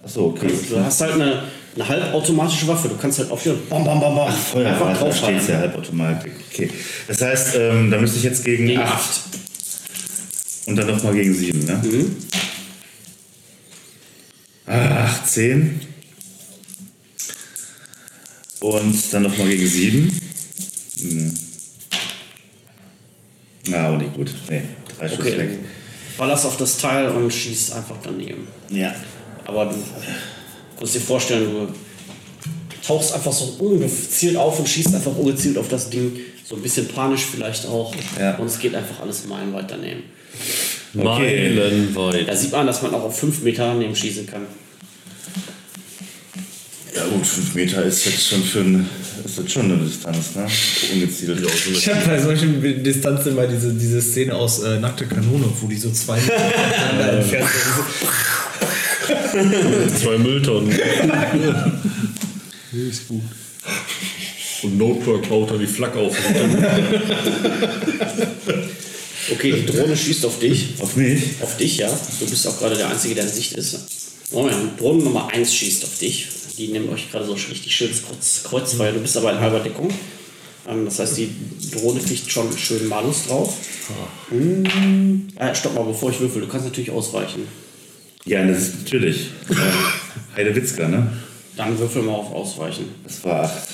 S6: Achso, okay.
S2: Also, du hast halt eine, eine halbautomatische Waffe. Du kannst halt auf jeden bam, bam, bam, bam.
S6: Feuerwehr, da
S2: draufhalten.
S6: steht ja Halbautomatik. Okay. Das heißt, ähm, da müsste ich jetzt gegen,
S2: Gegen
S6: 8
S2: 8.
S6: und dann nochmal gegen 7, ne?
S2: Mhm.
S6: Ach, 10. Und dann nochmal gegen 7. Hm. Na, auch nicht gut. Nee, drei Schuss
S2: Okay.
S6: weg.
S2: Ballerst auf das Teil und schießt einfach daneben.
S6: Ja.
S2: Aber du musst dir vorstellen, du tauchst einfach so ungezielt auf und schießt einfach ungezielt auf das Ding. So ein bisschen panisch vielleicht auch.
S6: Ja.
S2: Und es geht einfach alles meilenweit daneben.
S6: Okay.
S5: Meilenweit.
S2: Da sieht man, dass man auch auf 5 Meter daneben schießen kann.
S6: Ja gut, 5 Meter ist jetzt schon für ein, ist jetzt schon eine Distanz, ne? Ungezielt.
S3: Ich habe bei solchen Distanzen immer diese, diese Szene aus äh, Nackte Kanone, wo die so zwei Meter voneinander entfernt sind.
S5: Zwei Mülltonnen. Nee, ist gut. Und Notebook haut dann die Flak auf.
S2: Okay, die Drohne schießt auf dich.
S6: Auf mich?
S2: Auf dich, ja. Du bist auch gerade der Einzige, der in Sicht ist. Moment, Drohne Nummer 1 schießt auf dich. Die nehmen euch gerade so richtig schönes Kreuz, Kreuzfeuer. Du bist aber in halber Deckung. Ähm, Das heißt, die Drohne kriegt schon schön Malus drauf. Hm. Ah, stopp mal, bevor ich würfel. Du kannst natürlich ausweichen.
S6: Ja, das ist natürlich. Äh, Heidewitzka, ne?
S2: Dann würfel mal auf Ausweichen.
S6: Das war 8.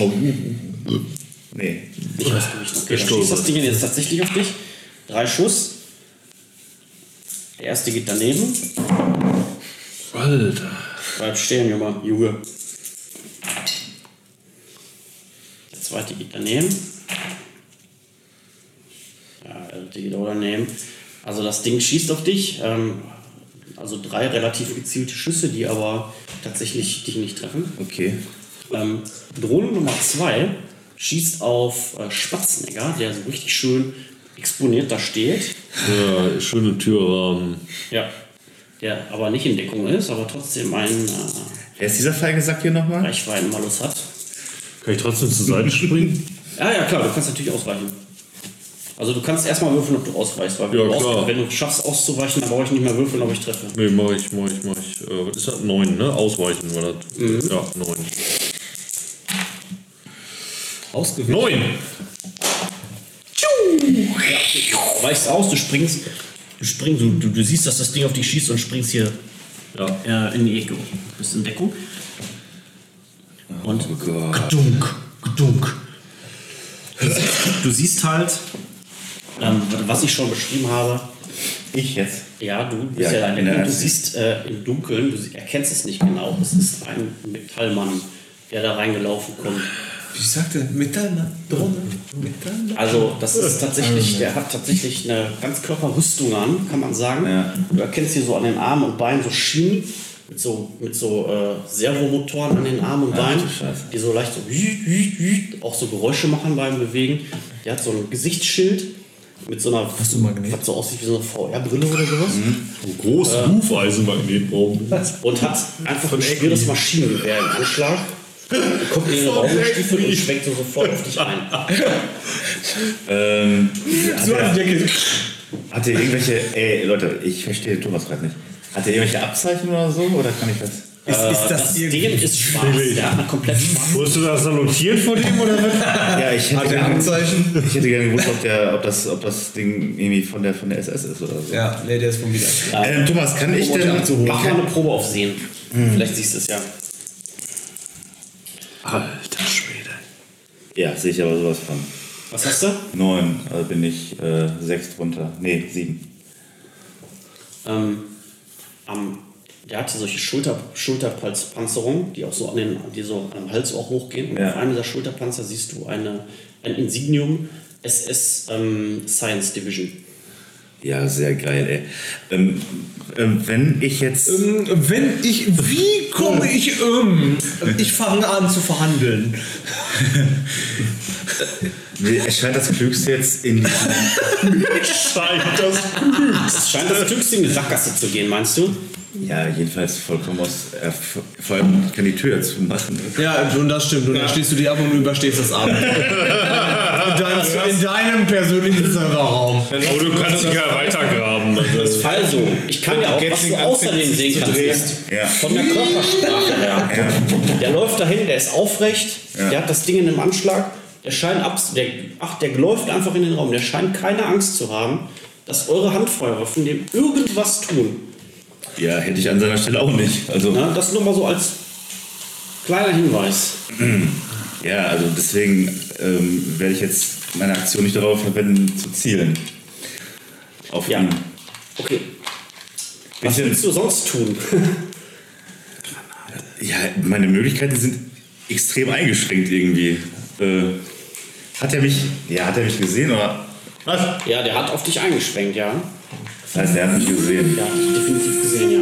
S6: Oh. Nee.
S2: Ich weiß nicht. Okay, dann
S5: Gestoßen.
S2: schießt das Ding jetzt tatsächlich auf dich. Drei Schuss. Der erste geht daneben.
S5: Was? Alter.
S2: Bleib stehen, Junge. Junge. Der zweite geht daneben. Ja, der dritte geht auch daneben. Also das Ding schießt auf dich. Ähm, also drei relativ gezielte Schüsse, die aber tatsächlich dich nicht treffen.
S6: Okay.
S2: Ähm, Drohne Nummer 2 schießt auf äh, Spatznegger, der so richtig schön exponiert da steht.
S5: Ja, schöne ähm. Türrahmen.
S2: Ja. Der aber nicht in Deckung ist, aber trotzdem einen äh,
S6: Wer ist dieser Feigesack hier nochmal?
S2: Reichweitenmalus hat.
S5: Kann ich trotzdem zur Seite springen?
S2: Ja, ja, klar, du kannst natürlich ausweichen. Also du kannst erstmal würfeln, ob du ausweichst, weil wenn,
S5: Ja,
S2: du, aus,
S5: klar.
S2: wenn du schaffst auszuweichen, dann brauche ich nicht mehr würfeln, ob ich treffe.
S5: Nee, mach ich, mach ich, mach ich. Äh, was ist das? Neun, ne? Ausweichen war das.
S4: Mhm.
S5: Ja, neun.
S3: Ausgewählt.
S5: Neun!
S2: Du weichst aus, du springst, du springst, du, du, du siehst, dass das Ding auf dich schießt und springst hier
S5: Ja.
S2: äh, in die Ecke. Du bist in Deckung. Und
S6: Oh Gott.
S2: Gdunk, gdunk. Du siehst halt, ähm, was ich schon beschrieben habe,
S6: Ich jetzt.
S2: ja, du bist
S6: Ja,
S2: ja, dein
S6: in der
S2: Deckung, du
S6: Einsicht.
S2: siehst äh, im Dunkeln, du sie- erkennst es nicht genau, es ist ein Metallmann, der da reingelaufen kommt.
S4: Wie sagt er? Metallmann. Drohne. Metallmann.
S2: Also das ist tatsächlich, der hat tatsächlich eine Ganzkörperrüstung an, kann man sagen.
S6: Ja.
S2: Du erkennst hier so an den Armen und Beinen so Schienen mit so, mit so äh, Servomotoren an den Armen und Beinen,
S6: du Scheiße.
S2: die so leicht so wüt, wüt, wüt, auch so Geräusche machen beim Bewegen. Der hat so ein Gesichtsschild mit so einer,
S4: Hast du Magnet?
S2: was so aussieht wie so eine VR-Brille oder sowas.
S5: Ein großes Oh, Hufeisenmagnet brauchen wir.
S2: Und hat einfach ein schweres Maschinengewehr im Anschlag. Kommt in den Raum gestiefelt und schmeckt so sofort auf dich ein.
S6: Ähm, hat,
S3: Also,
S6: er,
S3: äh,
S4: Decke.
S6: hat er irgendwelche. Ey, Leute, ich verstehe Thomas gerade nicht. Hat er irgendwelche Abzeichen oder so? Oder kann ich das?
S4: Ist, ist das,
S2: Das Ding
S4: irgendwie...
S2: ist schwarz, der hat eine komplett schwarze
S5: Wurdest du das da notiert von dem oder was?
S6: Ja, ich hätte,
S4: Hat er
S6: gerne,
S4: Anzeichen?
S6: ich hätte gerne gewusst, ob, der, ob, das, ob das Ding irgendwie von der, von der SS ist oder so.
S4: Ja, nee, der ist vom Wieder.
S6: Ähm, Thomas, kann ich
S4: Um euch
S6: denn.
S4: abzuholen.
S2: Mach mal eine Probe auf Sehen. Vielleicht siehst du es ja.
S5: Alter Schwede.
S6: Ja, sehe ich aber sowas von.
S2: Was hast du?
S6: Neun, also bin ich äh, sechs drunter. Nee, sieben.
S2: Ähm, am, der hatte solche Schulter, Schulterpanzerung, die auch so an den, die so am Hals auch hochgehen. Und
S6: Ja.
S2: auf einem dieser Schulterpanzer siehst du eine, ein Insignium SS ähm, Science Division.
S6: Ja, sehr geil, ey. Ähm, ähm, wenn ich jetzt.
S3: Ähm, Wenn ich, wie komme ich um? Ich fange an zu verhandeln.
S6: Mir erscheint das Klügste jetzt in diesem.
S5: Scheint das.
S2: Es scheint das Klügste in die Sackgasse zu gehen, meinst du?
S6: Ja, jedenfalls vollkommen aus. Äh, vor allem, ich kann die Tür jetzt zumachen. ne?
S3: Ja, und das stimmt. Und dann stehst du dir ab und du überstehst das Abend. in, deinem, in deinem persönlichen Serverraum.
S5: Oh, du kannst dich ja weitergraben. Also,
S2: Also, ich kann ja auch, was du außerdem sehen kannst, ist,
S6: Ja.
S2: von der Körpersprache her. Der läuft dahin, der ist aufrecht,
S6: Ja.
S2: der hat das Ding in dem Anschlag, der scheint abs der, ach, der läuft einfach in den Raum, der scheint keine Angst zu haben, dass eure Handfeuerwaffen dem irgendwas tun.
S6: Ja, hätte ich an seiner Stelle auch nicht. Also.
S2: Na, das nur mal so als kleiner Hinweis.
S6: Ja, also deswegen ähm, werde ich jetzt meine Aktion nicht darauf verwenden, zu zielen. Auf
S2: Ja.
S6: ihn.
S2: Okay. Was
S6: Bitte.
S2: willst du sonst tun?
S6: Ja, meine Möglichkeiten sind extrem eingeschränkt irgendwie. Äh, hat er mich. Ja, hat er mich gesehen oder. Was?
S2: ja, der hat auf dich eingeschwenkt, ja.
S6: Das heißt, er hat mich gesehen.
S2: Ja, definitiv gesehen, ja.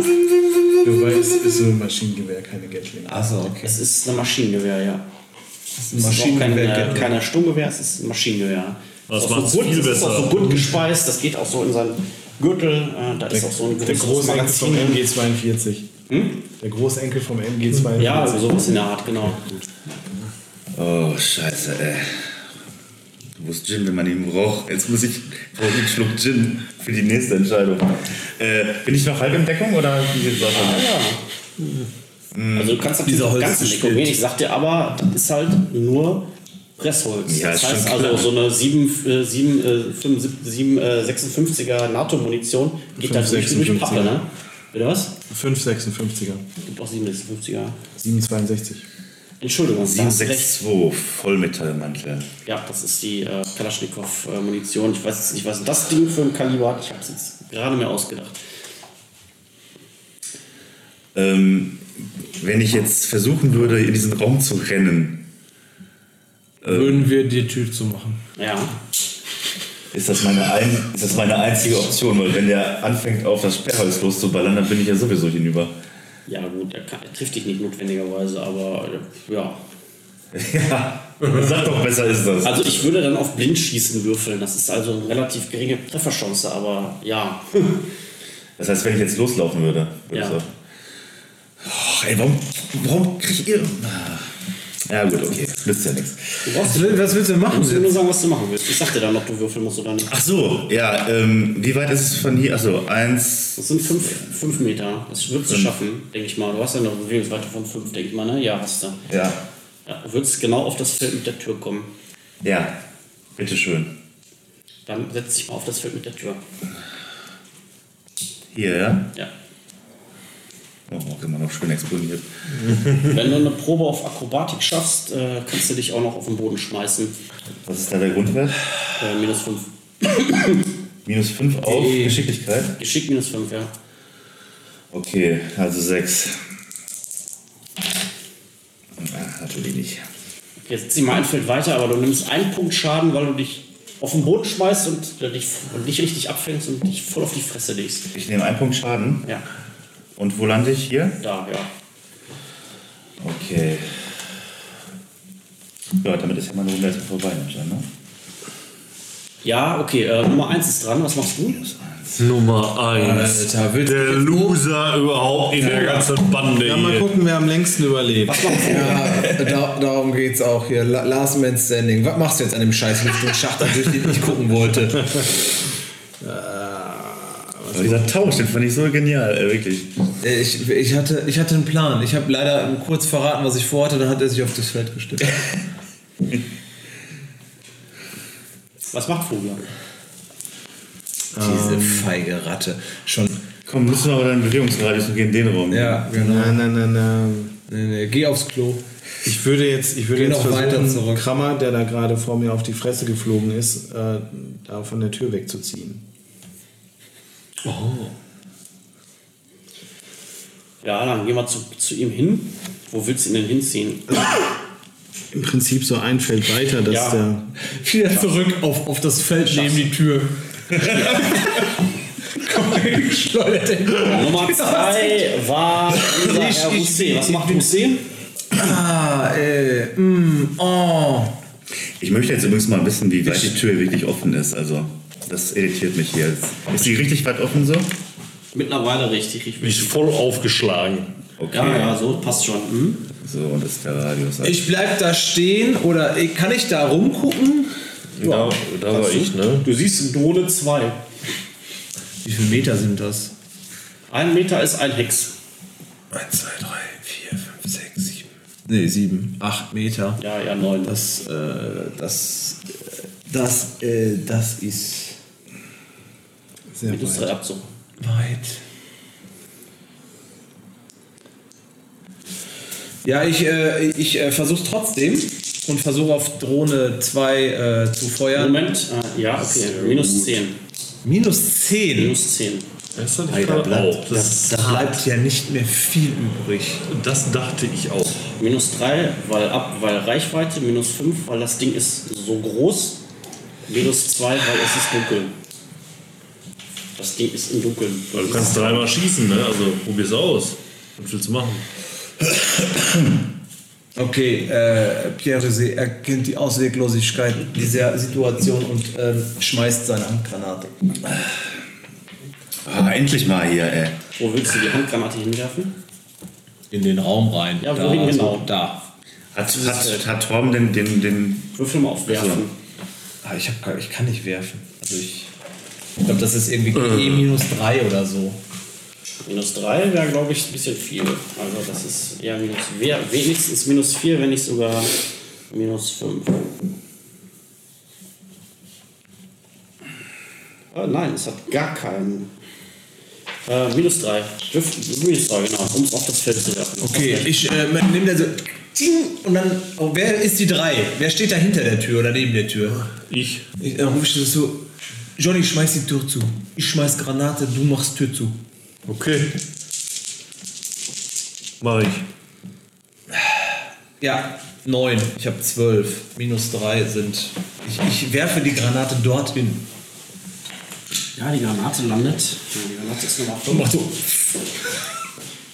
S4: Wobei es ist so ein Maschinengewehr, keine Gatling.
S2: Ah,
S3: Achso, okay.
S2: Es ist ein Maschinengewehr, ja.
S4: ein
S2: Es ist auch kein, äh,
S4: Gatling.
S2: keiner Sturmgewehr, es ist ein Maschinengewehr.
S5: Das
S2: Ist auch
S5: macht's
S2: so gut,
S5: viel
S2: Es ist auch
S5: besser.
S2: so gut gespeist, das geht auch so in seinen Gürtel. Äh, da ist auch so ein
S4: Der
S2: großes
S4: Großenkel vom
S2: Magazin.
S4: MG42. Der Großenkel vom MG42.
S2: Ja, also sowas in der Art, genau.
S6: Oh, scheiße, ey. Du musst Gin, wenn man ihn braucht. Jetzt muss ich brauche ich einen Schluck Gin für die nächste Entscheidung. Äh, bin ich noch halb in Deckung oder wie sieht's aus?
S2: Also du kannst natürlich
S3: Dieser
S2: den
S3: Holz
S2: ganzen
S3: ist
S2: Deckung gehen. Ich sag dir aber, das ist halt nur Pressholz.
S6: Ja,
S2: das
S6: ist schon
S2: heißt
S6: klar.
S2: also, so eine 7, äh, 7, äh, 75, 7, äh, 56er NATO-Munition geht da durch, durch
S4: 56er.
S2: Pappe, ne? Bitte was?
S4: 556er.
S2: Gibt auch 756er.
S4: 762.
S2: Entschuldigung, da hast du recht.
S6: 762 Vollmetallmantel.
S2: Ja, das ist die äh, Kalaschnikow-Munition. Ich weiß jetzt nicht, was das Ding für ein Kaliber hat. Ich habe es jetzt gerade mir ausgedacht.
S6: Ähm, wenn ich jetzt versuchen würde, in diesen Raum zu rennen,
S3: Würden wir die Tür zumachen.
S2: Ja.
S6: ist das meine, ein, ist das meine einzige Option, weil wenn der anfängt, auf das Sperrholz loszuballern, dann bin ich ja sowieso hinüber.
S2: Ja, gut, er, kann, er trifft dich nicht notwendigerweise, aber äh, ja.
S6: Ja, sag doch, besser ist das.
S2: Also ich würde dann auf Blindschießen würfeln. Das ist also eine relativ geringe Trefferchance, aber ja.
S6: Das heißt, wenn ich jetzt loslaufen würde, würde
S2: Ja.
S6: ich so. Ach, ey, warum, warum krieg ihr. Ja, gut, okay. Nützt ja nichts.
S2: Du brauchst du
S4: Was willst du machen?
S2: musst mir nur sagen, was du machen willst. Ich sagte dann, ob du würfeln musst oder nicht.
S6: Ach so, ja, ähm, wie weit ist es von hier? Achso, eins.
S2: Das sind fünf, fünf Meter. Das würdest du schaffen, denke ich mal. Du hast ja eine Bewegungsweite von fünf, denke ich mal, ne? Ja, hast du.
S6: Ja.
S2: Ja, du würdest genau auf das Feld mit der Tür kommen.
S6: Ja. Bitteschön.
S2: Dann setz dich mal auf das Feld mit der Tür.
S6: Hier, ja?
S2: Ja.
S6: Oh, auch immer noch schön explodiert.
S2: Wenn du eine Probe auf Akrobatik schaffst, äh, kannst du dich auch noch auf den Boden schmeißen.
S6: Was ist da der Grundwert?
S2: Äh, minus 5.
S6: Minus 5 auf
S2: Nee.
S6: Geschicklichkeit.
S2: Geschickt minus 5, ja.
S6: Okay, also 6. Ah, natürlich nicht.
S2: Okay, jetzt zieh mal ein Feld weiter, aber du nimmst einen Punkt Schaden, weil du dich auf den Boden schmeißt und, äh, dich, und nicht richtig abfängst und dich voll auf die Fresse legst.
S6: Ich nehme einen Punkt Schaden.
S2: Ja,
S6: Und wo lande ich hier?
S2: da, ja.
S6: Okay. Ja, damit ist ja meine Runde erstmal vorbei, anscheinend, ne?
S2: Ja, okay, äh, Nummer 1 ist dran, was machst du?
S5: Nummer 1.
S4: Alter, willst
S5: Der
S4: du
S5: Loser überhaupt in der ganzen Bande
S4: Ja, mal
S5: hier.
S4: gucken, wer am längsten überlebt.
S7: Ja, da, darum geht's auch hier. La- Last Man Standing. Was machst du jetzt an dem scheiß Lüftungsschacht, durch den ich gucken wollte?
S6: Aber dieser Tausch, den fand ich so genial, ey, wirklich.
S7: Äh, Ich, ich, hatte, ich hatte einen Plan. Ich habe leider kurz verraten, was ich vorhatte, dann hat er sich auf das Feld gestellt.
S2: Was macht Fugia?
S7: Diese feige Ratte. Schon.
S6: Komm, müssen wir aber dann in Bewegungsradius und gehen in den Raum.
S7: Ja, genau.
S4: Nein, nein, nein, nein.
S7: Nee, nee, geh aufs Klo.
S4: Ich würde jetzt, ich würde
S7: Geh
S4: jetzt
S7: noch weiter
S4: versuchen,
S7: zurück.
S4: Krammer, der da gerade vor mir auf die Fresse geflogen ist, äh, da von der Tür wegzuziehen.
S2: Ja, dann geh mal zu, zu ihm hin. Wo willst du ihn denn hinziehen?
S4: Im Prinzip so ein Feld weiter, dass
S2: Ja.
S4: der.
S3: Wieder zurück auf, auf das Feld neben die Tür.
S2: Nummer 2 war unser Herr Rousset. Was macht Rousset?
S7: Ah, äh, mm, oh.
S6: Ich möchte jetzt übrigens mal wissen, wie weit die Tür wirklich offen ist. Also, das irritiert mich hier jetzt. Ist die richtig weit offen so?
S2: Mittlerweile richtig,
S5: Bin
S2: richtig.
S5: ich voll aufgeschlagen.
S6: Okay.
S2: Ja, ja, so passt schon. Hm?
S6: So, und das ist der Radius.
S7: Ich bleib da stehen oder äh, kann ich da rumgucken?
S5: Da, da war ich, ne?
S2: Du siehst Drohne 2.
S7: Wie viele Meter sind das?
S2: Ein Meter ist ein Hex.
S7: 1, 2, 3, 4, 5, 6, 7. Nee, 7, 8 Meter.
S2: Ja, ja, 9.
S7: Das, äh, das, äh, das, äh, das ist
S4: Sehr
S2: Minus
S4: weit.
S2: 3 Abzug.
S7: weit. Ja, ich, äh, ich äh, versuch's trotzdem und versuche auf Drohne 2 äh, zu feuern.
S2: Moment, äh, ja, okay. Minus 10.
S7: Minus 10.
S2: Minus 10.
S5: Das hatte ich
S7: Alter,
S5: gerade
S7: bleibt,
S5: auch. Das,
S7: da, da bleibt ja nicht mehr viel übrig.
S5: das dachte ich auch.
S2: Minus 3, weil ab, weil Reichweite, minus 5, weil das Ding ist so groß. Minus 2, weil es ist dunkel. Das Ding ist im Dunkeln.
S5: Weil du kannst dreimal schießen, ne? Also probier's aus. Was willst du machen?
S7: Okay, äh, Pierre sie erkennt die Ausweglosigkeit dieser Situation und ähm, schmeißt seine Handgranate.
S6: ah, endlich mal hier, ey.
S2: Wo willst du die Handgranate hinwerfen?
S3: In den Raum rein.
S2: Ja, wohin
S7: also
S3: so,
S2: genau?
S3: da.
S6: Hat, hat, hat Torben den, den, den.
S2: Würfel mal auf Werfen.
S7: Ah, ich, hab, gar- ich kann nicht werfen. Also ich ich glaube, das ist irgendwie E-3 oder so.
S2: Minus 3 wäre, glaube ich, ein bisschen viel. Also das ist eher minus, wer, wenigstens minus 4, wenn nicht sogar minus 5. Ah, nein, es hat gar keinen. Äh, minus 3. Minus 3, genau, um es auf das Feld zu werfen.
S7: Okay,
S2: Okay.
S7: ich äh, nehme da so. ting, Und dann. Oh, wer ist die 3? Wer steht da hinter der Tür oder neben der Tür?
S5: Ich.
S7: Ich, dann rufe ich das so: Johnny, schmeiß die Tür zu. Ich schmeiß Granate, du machst Tür zu.
S5: Okay. Mach ich.
S3: Ja, 9. Ich habe 12. Minus 3 sind.
S7: Ich, ich werfe die Granate dorthin.
S2: Ja, die Granate landet. Die Granate ist Nummer 5.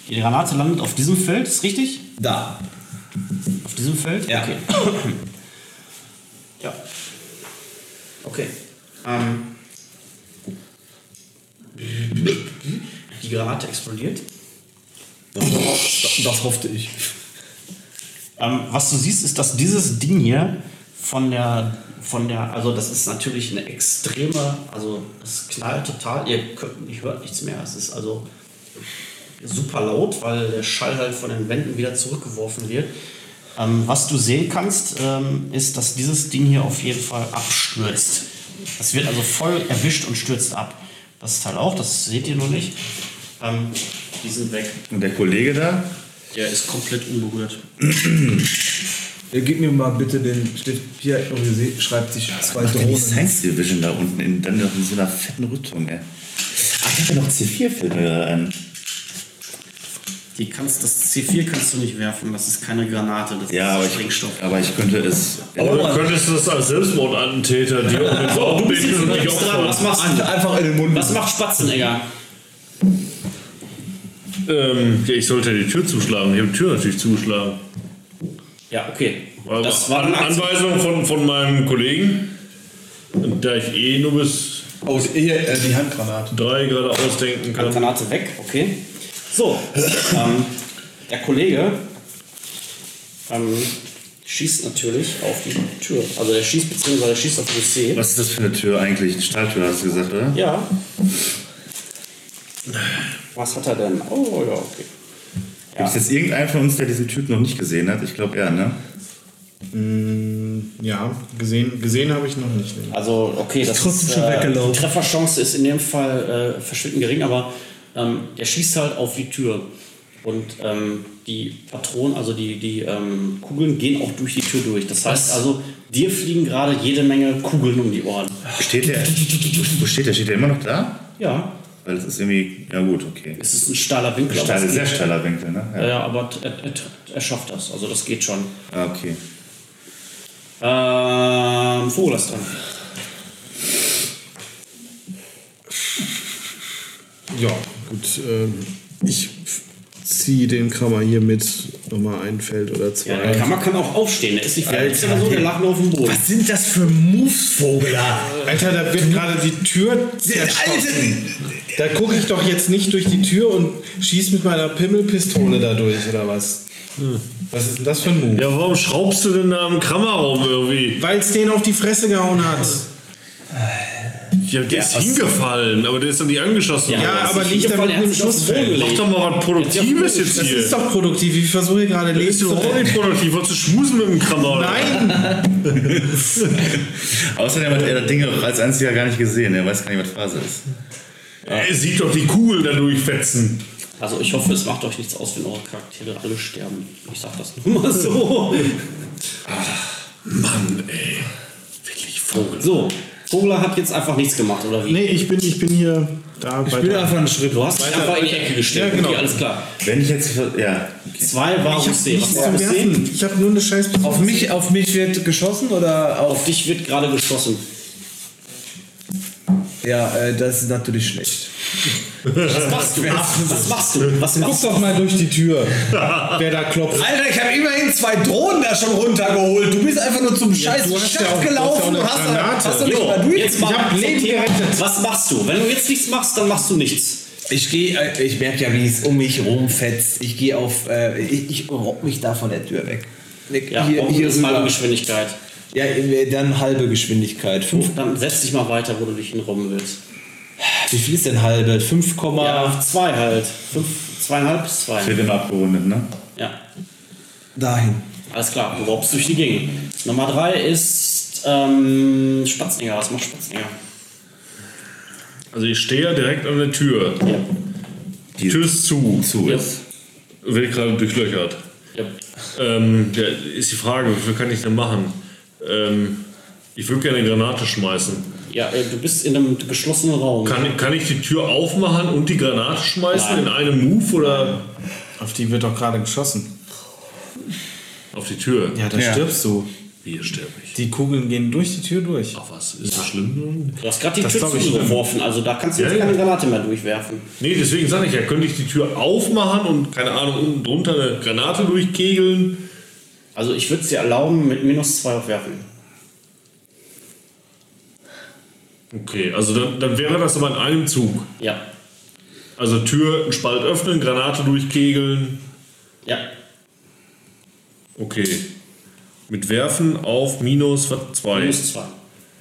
S2: Die Granate landet auf diesem Feld, ist richtig?
S7: Da.
S2: Auf diesem Feld?
S7: Ja.
S2: Okay. ja. Okay. Ähm. Die Granate explodiert.
S7: Das hoffte ich.
S2: Ähm, was du siehst, ist, dass dieses Ding hier von der, von der, also das ist natürlich eine extreme, also es knallt total, ihr könnt, ich hört nichts mehr. Es ist also super laut, weil der Schall halt von den Wänden wieder zurückgeworfen wird. Ähm, was du sehen kannst, ähm, ist, dass dieses Ding hier auf jeden Fall abstürzt. Das wird also voll erwischt und stürzt ab. Das Teil auch, das seht ihr nur nicht. Ähm, die sind weg.
S6: Und der Kollege da?
S2: Der ist komplett unberührt.
S7: Äh, Gib mir mal bitte den Stift. Pierre Orisé schreibt sich zwei
S6: Macht der die
S7: Drohnen.
S6: Science Division da unten in, dann noch in so einer fetten Rüstung, ey. Ach, ich hab ja noch C4-Filme gerade an.
S2: Die kannst, das C4 kannst du nicht werfen, das ist keine Granate, das
S6: Ja, aber
S2: ist
S6: ich,
S2: Sprengstoff.
S6: aber ich könnte es.
S5: Aber du könntest das als Selbstmordattentäter dir um den Kopf binden und dich
S2: Was
S5: opfern.
S2: machst du?
S7: Einfach in den Mund.
S2: Was macht Spatzenegger?
S5: Ähm, ja, ich sollte die Tür zuschlagen. Ich habe die Tür natürlich zugeschlagen.
S2: Ja, okay.
S5: Also
S2: Das war
S5: An
S2: eine Aktion.
S5: Anweisung von, von meinem Kollegen. Und da ich eh nur bis
S7: Oh, hier, äh, die Handgranate.
S5: drei gerade ausdenken kann.
S2: Granate weg, okay. So, ähm, der Kollege ähm, schießt natürlich auf die Tür. Also er schießt beziehungsweise er schießt auf die C.
S6: Was ist das für eine Tür eigentlich? Eine Stahltür, hast du gesagt, oder?
S2: Ja. Was hat er denn? Oh ja, okay.
S6: Gibt es jetzt irgendeinen von uns, der diesen Typen noch nicht gesehen hat? Ich glaube, er, ne?
S4: Ja, gesehen, gesehen habe ich noch nicht. Nee.
S2: Also, okay, das
S7: Trotzdem
S2: ist,
S7: schon weggelaufen.
S2: Die Trefferchance ist in dem Fall äh, verschwindend gering, aber ähm, er schießt halt auf die Tür. Und ähm, die Patronen, also die, die ähm, Kugeln gehen auch durch die Tür durch. Das heißt also, dir fliegen gerade jede Menge Kugeln um die Ohren.
S6: Steht der? Wo steht der? Steht der immer noch da?
S2: Ja,
S6: Weil das ist irgendwie. Ja, gut, okay.
S2: es ist ein steiler Winkel. aber
S6: Steile,
S2: es
S6: sehr
S2: geht-
S6: steiler Winkel, ne? Ja.
S2: Ja, aber t- er, er, er schafft das. Also, das geht schon.
S6: Ah, okay.
S2: Ähm, Vogel ist dran.
S4: Ja, gut. Ähm, ich ziehe den Krammer hier mit nochmal ein Feld oder zwei.
S2: Ja, der Kammer kann auch aufstehen. Der ist nicht verletzt oder so, der lag nur auf dem Boden.
S8: sind das für Moves, Vogela?
S4: Alter, da wird gerade die Tür zerschossen. Da gucke ich doch jetzt nicht durch die Tür und schieß mit meiner Pimmelpistole da durch, oder was? Was ist denn das für ein Move?
S5: Ja, warum schraubst du denn da im Krammerraum irgendwie?
S4: Weil es den auf die Fresse gehauen hat.
S5: Ja, der ist hingefallen, aber der ist dann nicht angeschossen.
S4: Ja,
S2: das
S4: aber
S2: ist
S4: nicht
S2: hier
S4: damit
S2: voll, er hat
S4: mit dem
S2: sich auf den
S4: Schuss fällt.
S2: Boden
S5: Mach
S2: gelegt.
S5: doch mal was Produktives jetzt
S4: Das
S5: hier.
S4: ist doch produktiv. Ich versuche hier gerade Leben zu
S5: doch
S4: retten.
S5: nicht produktiv. Wolltest du schmusen mit dem Krammer? oder?
S4: Nein!
S6: Außerdem hat er das Ding auch als einziger gar nicht gesehen. Er weiß gar nicht, was Phase ist.
S5: Er sieht doch die Kugel dadurch fetzen.
S2: Also ich hoffe, es macht euch nichts aus, wenn eure Charaktere alle sterben. Ich sag das nur mal so.
S5: Mann, ey. Wirklich Vogel.
S2: So, Vogler hat jetzt einfach nichts gemacht, oder wie?
S4: Nee, ich bin, ich bin hier da
S7: Ich bin einfach einen Schritt.
S2: Du hast dich einfach in die Ecke gestellt.
S4: Ja, genau.
S2: Okay, alles klar.
S6: Wenn ich jetzt. Ja.
S2: Zwei war C. Was
S4: Nichts
S2: war
S4: zu
S2: C?
S4: werfen. Ich habe nur eine scheiß
S7: Auf mich, auf mich wird geschossen oder
S2: Auf
S7: auf.
S2: dich wird gerade geschossen.
S7: Ja, äh, das ist natürlich schlecht.
S2: Was machst du? Was machst du? Was
S7: Guck
S2: machst du?
S7: doch mal durch die Tür, wer da klopft.
S8: Alter, ich habe immerhin zwei Drohnen da schon runtergeholt. Du bist einfach nur zum scheiß
S4: du hast ja
S8: Schacht
S4: auch- du hast ja auch
S8: gelaufen.
S4: eine
S8: Hast, hast,
S4: Granate.
S8: hast du nicht
S2: Jo,
S8: mal durch?
S2: jetzt mal
S4: Ich hab
S2: zum
S4: Leben
S2: Thema.
S4: gerettet.
S2: Was machst du? Wenn du jetzt nichts machst, dann machst du nichts.
S8: Ich gehe, äh, ich merke ja, wie es um mich rumfetzt. Ich gehe auf, äh, ich, ich robb mich da von der Tür weg. Leg
S2: Ja,
S8: hier,
S2: Bomben
S8: hier
S2: ist halbe
S8: rüber.
S2: Geschwindigkeit.
S8: Ja, äh, dann halbe Geschwindigkeit. Fünf,
S2: Dann setz dich mal weiter, wo du dich hinrobben willst.
S8: wie viel ist denn halbe? 5,
S2: Ja, zwei halt. Fünf, zweieinhalb bis zwei.
S6: Wird immer abgerundet, ne?
S2: Ja.
S8: dahin.
S2: Alles klar, du robbst durch die Gänge. Nummer 3 ist ähm, Spatzinger. Was macht Spatzinger?
S5: Also ich stehe ja direkt an der Tür.
S2: Ja.
S5: Die Tür ist zu.
S6: Zu
S2: Ja.
S6: ist.
S5: Wird gerade durchlöchert.
S2: Ja.
S5: Ähm, ja, ist die Frage, wofür kann ich denn machen? Ähm, ich würde gerne eine Granate schmeißen.
S2: ja, äh, du bist in einem geschlossenen Raum.
S5: Kann, kann ich die Tür aufmachen und die Granate schmeißen
S2: Nein.
S5: in einem Move oder?
S4: Auf die wird doch gerade geschossen.
S5: Auf die Tür.
S4: Ja, da stirbst du.
S5: Hier sterbe ich.
S4: Die Kugeln gehen durch die Tür durch.
S5: Ach was, ist das schlimm?
S2: Du hast gerade die
S4: Das
S2: Tür
S4: glaub ich
S2: zugeworfen, also da kannst du
S5: Ja,
S2: jetzt
S5: ja.
S2: keine Granate mehr durchwerfen.
S5: Nee, deswegen sage ich ja, könnte ich die Tür aufmachen und, keine Ahnung, unten drunter eine Granate durchkegeln?
S2: Also ich würde es dir erlauben, mit minus 2 auf Werfen.
S5: Okay, also dann, dann wäre das aber in einem Zug.
S2: Ja.
S5: Also Tür, einen Spalt öffnen, Granate durchkegeln.
S2: Ja.
S5: Okay. Mit Werfen auf minus 2. Ja,
S2: Minus 2.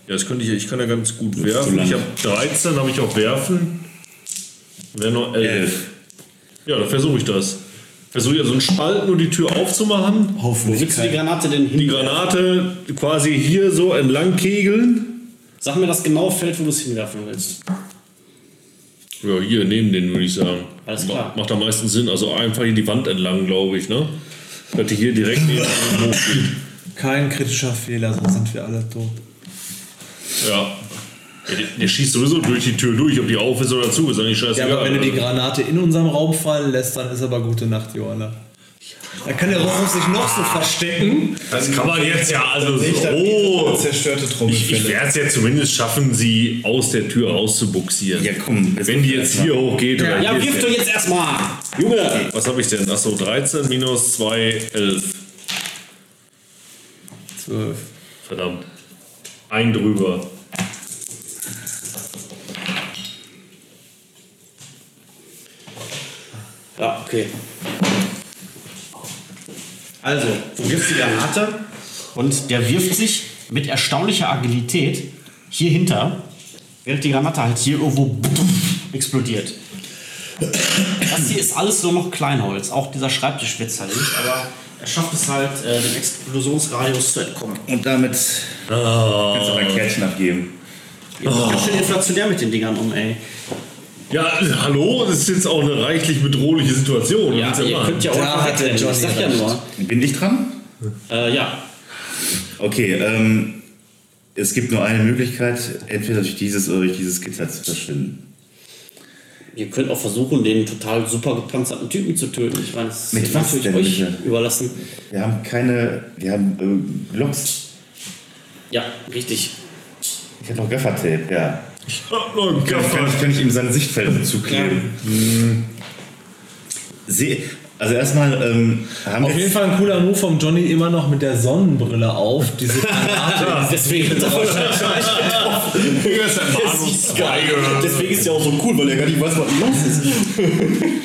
S5: das könnte ich, ich kann ja ganz gut werfen. Ich habe 13, habe ich auch werfen. Wäre nur 11. Ja, dann versuche ich das. Versuche ja so einen Spalt nur die Tür aufzumachen.
S2: Wo willst du die Granate denn hin?
S5: Die Granate quasi hier so entlang kegeln.
S2: Sag mir das genaue Feld, wo du es hinwerfen willst.
S5: Ja, hier neben den würde ich sagen.
S2: Alles klar.
S5: Ma- Macht am meisten Sinn. Also einfach hier die Wand entlang, glaube ich, ne? Dass die hier direkt neben dem Hof geht.
S7: Kein kritischer Fehler, sonst sind wir alle tot.
S5: Ja. Ja, Der, der schießt sowieso durch die Tür durch, ob die auf ist oder zu ist, ist eigentlich
S7: Ja,
S5: scheißegal.
S7: aber wenn du die Granate in unserem Raum fallen lässt, dann ist aber gute Nacht, Johanna. Da kann der Rorus sich noch so verstecken.
S5: das kann man jetzt ja, also
S4: Oh,
S5: so.
S4: zerstörte
S5: Ich, ich
S4: Trommelfälle.
S5: werde es ja zumindest schaffen, sie aus der Tür rauszubuxieren.
S6: Ja, komm, jetzt
S5: Wenn die jetzt hier hochgeht oder
S2: Ja,
S5: hier
S2: wirf
S5: ist
S2: doch
S5: der-
S2: jetzt erstmal! Junge!
S5: Was habe ich denn? Achso, 13 minus 2, 11.
S7: Zwölf.
S5: Verdammt. Ein drüber.
S2: Ja, okay. Also, du wirfst die Granate und der wirft sich mit erstaunlicher Agilität hier hinter, während die Granate halt hier irgendwo explodiert. Das hier ist alles nur noch Kleinholz, auch dieser Schreibtisch wird zerlegt, aber er schafft es halt, äh, dem Explosionsradius zu entkommen.
S6: Und damit kannst du dein Kärtchen abgeben.
S2: Jetzt ist ganz schön inflationär mit den Dingern um, ey.
S5: Ja, hallo, das ist jetzt auch eine reichlich bedrohliche Situation.
S2: Ja,
S5: Willst du
S2: Also, ihr
S5: machen?
S2: könnt ja auch
S7: Da
S2: einfach
S7: hat der
S2: wegrennen,
S7: Johnny
S2: ich sag ja nur.
S6: Bin ich dran?
S2: Äh, ja,
S6: Okay, ähm, es gibt nur eine Möglichkeit, entweder durch dieses oder durch dieses Gitter zu verschwinden.
S2: Ihr könnt auch versuchen, den total super gepanzerten Typen zu töten. Ich meine, das
S6: Mit
S2: ist
S6: was
S2: natürlich
S6: denn,
S2: euch
S6: bitte?
S2: überlassen.
S6: Wir haben keine, wir haben ähm, Blocks.
S2: Ja, richtig.
S6: Ich hatte noch Gaffertape, ja.
S5: Oh, ein
S6: Kann, kann,
S5: Gaffer.
S6: kann ich ihm seine Sichtfelder zukleben? Hm. Seh- Also erstmal ähm, haben
S7: Auf
S6: wir
S7: jeden Fall ein cooler Move vom Johnny immer noch mit der Sonnenbrille auf. Diese Granate.
S2: Deswegen hat er wahrscheinlich
S5: Digga, ist ein Manus Zweige.
S2: Deswegen ist ja auch so cool, weil er gar nicht weiß, was los ist.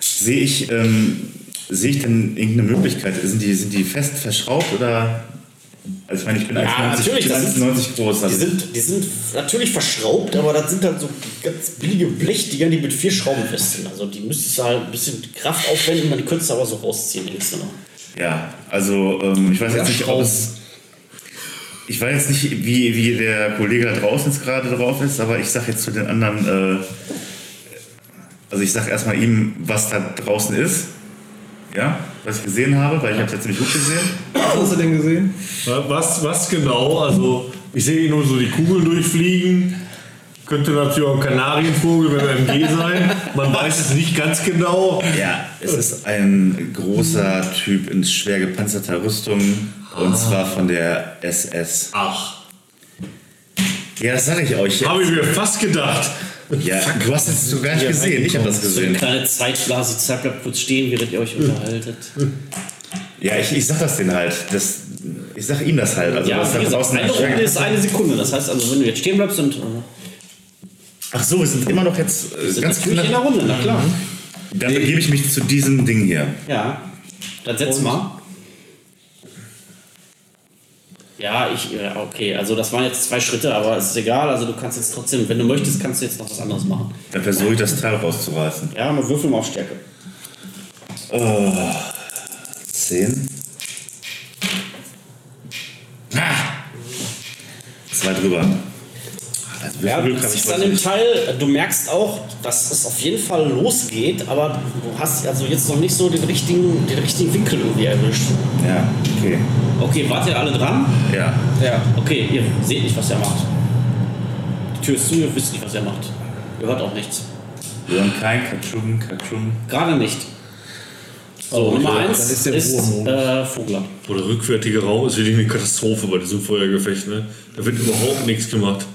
S6: sehe ich ähm, sehe ich denn irgendeine Möglichkeit? Sind die sind die fest verschraubt oder? Also ich meine, ich bin 1,90
S2: natürlich, das ist-
S6: 1,90 groß.
S2: Die
S6: Also
S2: sind, die sind natürlich verschraubt, aber das sind halt so ganz billige Blechdinger, die mit vier Schrauben fest sind. Also die müsstest du halt ein bisschen Kraft aufwenden, dann könntest du aber so rausziehen. links und rechts.
S6: Ja, also ähm, ich weiß jetzt nicht, ob es. Ich weiß jetzt nicht, wie, wie der Kollege da draußen jetzt gerade drauf ist, aber ich sag jetzt zu den anderen, äh, also ich sag erstmal ihm, was da draußen ist. Ja, was ich gesehen habe, weil ich habe ja ziemlich gut gesehen.
S7: Was hast du denn gesehen?
S5: Was, was genau? Also, ich sehe nur so die Kugeln durchfliegen. Könnte natürlich auch ein Kanarienvogel mit einem MG sein. Man weiß es nicht ganz genau.
S6: Ja, es ist ein großer Typ in schwer gepanzerter Rüstung und zwar von der SS.
S5: Ach,
S6: Ja, das sag ich euch.
S5: habe ich mir fast gedacht.
S6: Ja, du hast es so gar nicht gesehen, ich habe das
S2: So eine
S6: gesehen.
S2: kleine Zeitblase, die Zeit bleibt kurz stehen, während ihr euch unterhaltet.
S6: Ja, ich, ich sag das denen halt. Das, ich sag ihm das halt. Also,
S2: Ja,
S6: was da
S2: wie gesagt,
S6: draußen
S2: eine Runde ist eine Sekunde. Das heißt also, wenn du jetzt stehen bleibst und...
S6: Ach so, wir sind immer noch jetzt äh,
S2: Sind
S6: ganz
S2: natürlich in der
S6: knapp.
S2: Runde, na klar.
S6: Dann begebe ich mich zu diesem Ding hier.
S2: Ja, dann setz mal. Ja, ich, äh, okay, also das waren jetzt zwei Schritte, aber es ist egal, also du kannst jetzt trotzdem, wenn du möchtest, kannst du jetzt noch was anderes machen.
S6: Dann versuche ich das Teil rauszureißen.
S2: Ja, mal würfel mal auf Stärke.
S6: Oh, 10. Ah. Zwei drüber. Also, wie viel
S2: Ja, du
S6: Glück hab ich
S2: siehst an
S6: heute
S2: dem
S6: nicht?
S2: Teil, äh, du merkst auch, dass es auf jeden Fall losgeht, aber du hast also jetzt noch nicht so den richtigen, den richtigen Winkel irgendwie erwischt.
S6: Ja, okay.
S2: Okay, wart ihr alle dran?
S6: Ja.
S2: Okay, ihr seht nicht, was er macht. Die Tür ist zu, ihr wisst nicht, was er macht. Ihr hört auch nichts.
S6: Wir haben kein Katschum, Katschum.
S2: Gerade nicht. So, Nummer 1 ist, äh, Vogler.
S5: Boah, der rückwärtige Raum ist wirklich eine Katastrophe bei diesem Feuergefecht, ne? Da wird überhaupt nichts gemacht.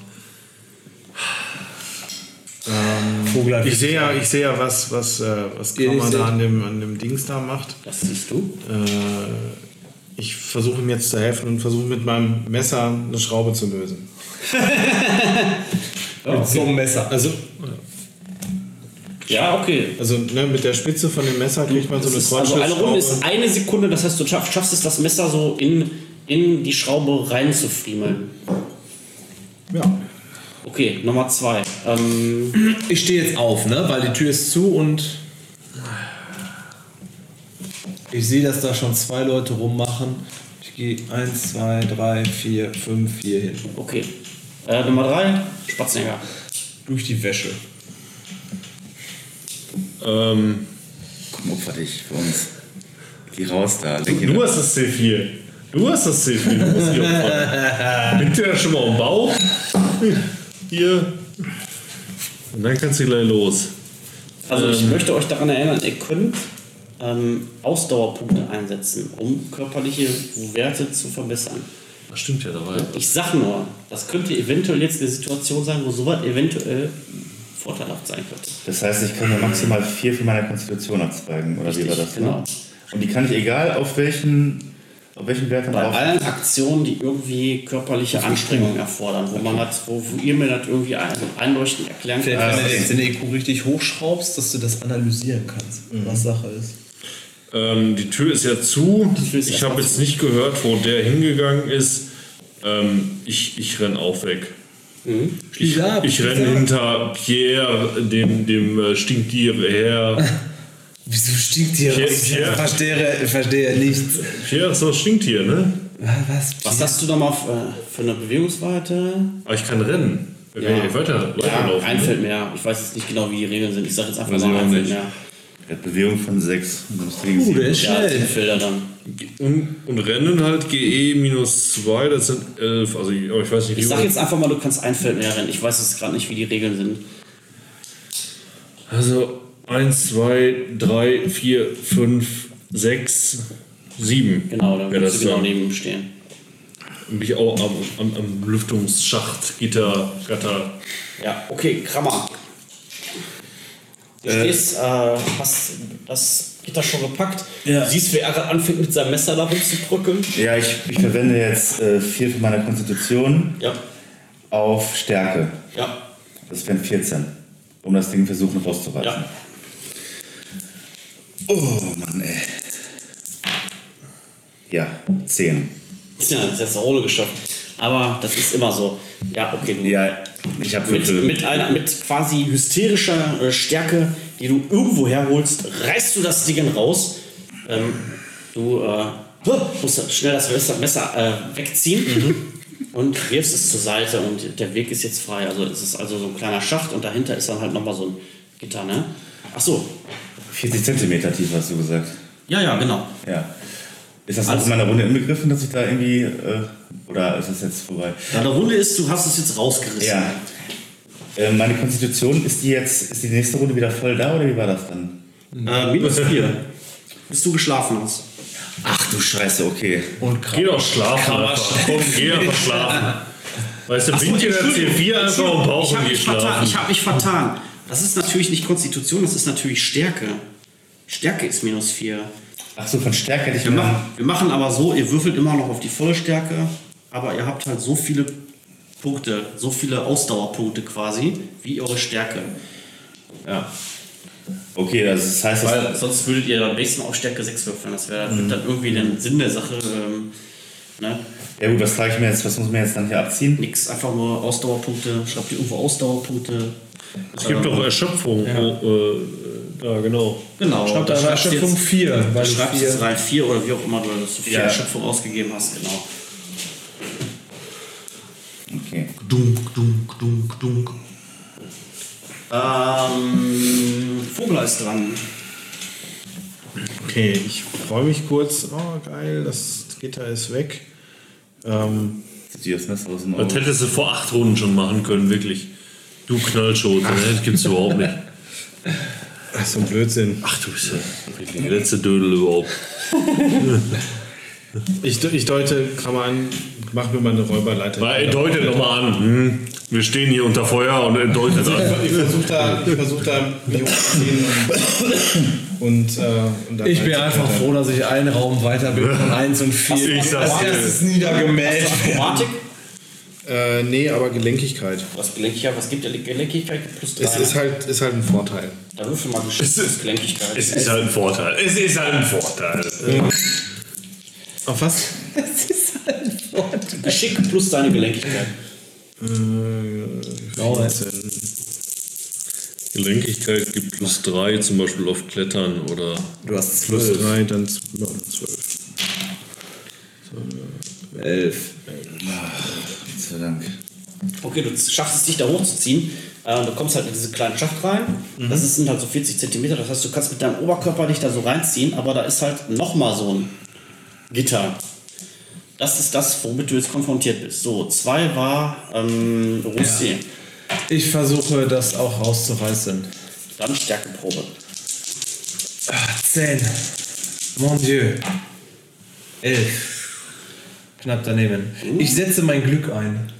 S4: Vogel Ähm, ich sehe ja, ich sehe ja, was, was, äh, was
S7: Ihr
S4: Kammer
S7: seht-
S4: da an dem, an dem Dings da macht.
S2: Das siehst du.
S4: Äh, ich versuche ihm jetzt zu helfen und versuche mit meinem Messer eine Schraube zu lösen.
S7: Mit so einem Messer.
S4: Also,
S2: Ja, okay.
S4: also ne, mit der Spitze von dem Messer kriegt man so eine
S2: Das ist- Also eine Runde ist
S4: Kreuzschlussschraube.
S2: eine Sekunde, das heißt, du schaff, schaffst es, das Messer so in, in die Schraube reinzufriemeln.
S4: Ja.
S2: Okay, Nummer zwei. Ähm,
S3: Ich stehe jetzt auf, ne? Weil die Tür ist zu und
S7: Ich sehe, dass da schon zwei Leute rummachen. Ich gehe 1, 2, 3, 4, 5, 4 hin.
S2: okay. Äh, Nummer drei, Spatzenjäger.
S7: Durch die Wäsche.
S5: Ähm,
S6: Komm, opfer dich für uns. Geh raus da, leg ihn
S5: du
S6: ab.
S5: hast das C4. Du hast das C4. Du musst dich opfern. Liegt dir das schon mal am Bauch? Hier. Und dann kannst du gleich los.
S2: Also ich
S5: Ähm.
S2: möchte euch daran erinnern, ihr könnt ähm, Ausdauerpunkte einsetzen, um körperliche Werte zu verbessern.
S5: Das stimmt ja dabei.
S2: Ich sag nur, das könnte eventuell jetzt eine Situation sein, wo sowas eventuell vorteilhaft sein könnte.
S6: Das heißt, ich kann mir maximal vier von meiner Konstitution abzweigen, oder wie war das?
S2: genau.
S6: Ne? Und die kann ich egal auf welchen, auf welchen Wert dann
S2: Bei
S6: drauf.
S2: allen Aktionen, die irgendwie körperliche Anstrengung erfordern, wo man hat, wo, wo ihr mir das irgendwie ein, einleuchtend erklären könnt.
S7: Vielleicht, wenn du jetzt den EQ richtig hochschraubst, dass du das analysieren kannst,
S5: Mhm.
S7: was Sache ist.
S5: Ähm, die Tür ist ja zu.
S2: Tür ist
S5: ich
S2: ja
S5: habe jetzt nicht gehört, wo der hingegangen ist. Ähm, ich ich renn auch weg. Ich,
S2: Mhm.
S7: Schließ ab,
S5: ich
S7: schließ
S5: renn
S7: ab.
S5: hinter Pierre, dem, dem äh, Stinktier her.
S7: Wieso stinkt hier?
S5: Hier-
S7: was? Ich
S5: hier.
S7: verstehe, verstehe nichts.
S5: Pierre ist doch das Stinktier, ne?
S7: Was?
S2: Was hast du da mal für, für eine Bewegungsweite?
S5: Aber ich kann rennen. Wenn ja. ich weiter,
S2: Ja,
S5: weiterlaufen.
S2: ein
S5: ne?
S2: Feld mehr. Ich weiß jetzt nicht genau, wie die Regeln sind. Ich sag jetzt einfach
S5: Weiß ich
S2: mal
S5: auch
S2: ein Feld
S5: nicht.
S2: mehr.
S6: Der hat Bewegung von sechs. Und dann ist gegen sieben.
S2: Ja, zehn Felder dann.
S5: Und, und rennen halt GE minus 2, das sind 11. Also, ich- aber ich weiß nicht,
S2: Ich sag
S5: hoch-
S2: jetzt einfach mal, du kannst ein Feld mehr rennen. Ich weiß jetzt gerade nicht, wie die Regeln sind.
S5: Also 1, 2, 3, 4, 5, 6, 7.
S2: Genau, dann
S5: wäre
S2: würdest
S5: das
S2: du genau
S5: dann.
S2: neben ihm stehen.
S5: Mich auch am, am, am Lüftungsschacht, Gitter, Gatter.
S2: Ja, okay, Krammer. Du stehst, äh, hast das Gitter schon gepackt. Du siehst, wie er gerade anfängt, mit seinem Messer da rumzubrücken.
S6: Ja, ich, ich verwende jetzt äh, vier von meiner Konstitution
S2: Ja,
S6: auf Stärke.
S2: ja,
S6: Das wären 14. Um das Ding versuchen rauszureißen.
S2: ja.
S6: Oh Mann, ey. Ja, 10.
S2: Ja, das ist eine Rolle geschafft. Aber das ist immer so. Ja, okay, du
S6: Ja, ich habe
S2: mit, mit einer mit quasi hysterischer äh, Stärke, die du irgendwo herholst, reißt du das Ding raus. Ähm, du äh, huh, musst schnell das Messer, Messer äh, wegziehen und wirfst es zur Seite und der Weg ist jetzt frei. Also es ist also so ein kleiner Schacht und dahinter ist dann halt nochmal so ein Gitter, ne? Ach so.
S6: 40 Zentimeter tief, hast du gesagt.
S2: Ja, ja, genau.
S6: Ja. Ist das noch
S2: Also-
S6: in meiner Runde inbegriffen, dass ich da irgendwie. Äh, oder ist das jetzt vorbei?
S2: Deine Runde ist, du hast es jetzt rausgerissen.
S6: Ja. Äh, meine Konstitution, ist die jetzt. Ist die nächste Runde wieder voll da oder wie war das dann?
S2: Äh, minus vier. Bis du geschlafen hast.
S6: Ach du Scheiße, okay.
S5: Geh doch schlafen. Einfach. Komm, geh einfach schlafen. Weißt du, bringt dir der C4 einfach
S2: Entschuldigung,
S5: und Bauch
S2: ich
S5: und
S2: habe
S5: geh
S2: mich, vertan, ich
S5: schlafen.
S2: hab mich vertan. Das ist natürlich nicht Konstitution, das ist natürlich Stärke. Stärke ist minus 4.
S6: Ach so, von Stärke hätte ich
S2: Wir,
S6: mir-
S2: machen, wir machen aber so, ihr würfelt immer noch auf die volle Stärke, aber ihr habt halt so viele Punkte, so viele Ausdauerpunkte quasi, wie eure Stärke. Ja.
S6: Okay, also das heißt, das,
S2: Weil sonst würdet ihr am nächsten auf Stärke 6 würfeln. Das wäre dann, wird dann irgendwie den Sinn der Sache. Ähm, ne?
S6: ja gut, was trage ich mir jetzt, was muss ich mir jetzt dann hier abziehen?
S2: Nix, einfach nur Ausdauerpunkte, schreibt ihr irgendwo Ausdauerpunkte. Ähm,
S5: Es gibt doch Erschöpfung. Oh, äh, ja, genau.
S2: Genau.
S7: Schreibt da
S2: schreibst du jetzt-
S7: Erschöpfung 4.
S2: Du schreibst jetzt rein 4 oder wie auch immer du das so viel
S6: Ja.
S2: Erschöpfung ausgegeben hast, genau.
S6: Okay.
S2: Dunk, dunk, dunk, dunk. Ähm, Vogler ist dran.
S4: Okay, ich freue mich kurz. Oh, geil, das Gitter ist weg. Ähm,
S6: Zieht ihr das Messer aus dem
S5: Das
S6: Auge.
S5: hättest du vor acht Runden schon machen können, wirklich. Du Knallschot, ne? das gibt's überhaupt nicht.
S4: Ach, so ein Blödsinn.
S5: Ach du bist ja die letzte Dödel überhaupt.
S4: Ich, de- ich deute, Klammer an, mach mir mal eine Räuberleiter.
S5: Weil, deutet nochmal an. Hm? Wir stehen hier unter Feuer und er deutet an.
S4: Ich versuche da, ich versuch da mich hochzuziehen und, und, äh, und dann
S3: Ich bin
S4: halt-
S3: einfach froh, dass ich einen Raum weiter bin von 1 und 4.
S5: Ich sag's dir.
S3: niedergemäht.
S2: Akrobatik?
S4: Äh, nee, aber Gelenkigkeit.
S2: Was Gelenkigkeit? Was gibt der Gelenkigkeit? Plus drei.
S4: Es ist halt, ist halt ein Vorteil.
S2: da würfel mal Geschichte. Das ist Gelenkigkeit.
S5: Es ist halt ein Vorteil. Es ist halt ein Vorteil.
S4: Auf was?
S2: Geschick plus deine Gelenkigkeit.
S5: Gelenkigkeit gibt plus 3 zum Beispiel auf Klettern oder.
S7: Du hast
S4: Plus
S7: zwölf.
S4: 3, dann 12.
S7: Elf.
S6: Gott sei Dank.
S2: Okay, du schaffst es, dich da hochzuziehen. Äh, du kommst halt in diesen kleinen Schacht rein. Das ist, sind halt so 40 Zentimeter. Das heißt, du kannst mit deinem Oberkörper dich da so reinziehen, aber da ist halt nochmal so ein Gitter. Das ist das, womit du jetzt konfrontiert bist. So, zwei war ähm, Russi.
S3: Ich versuche das auch rauszureißen.
S2: Dann Stärkenprobe.
S3: 10. Mon Dieu. 11. Knapp daneben. Ich setze mein Glück ein.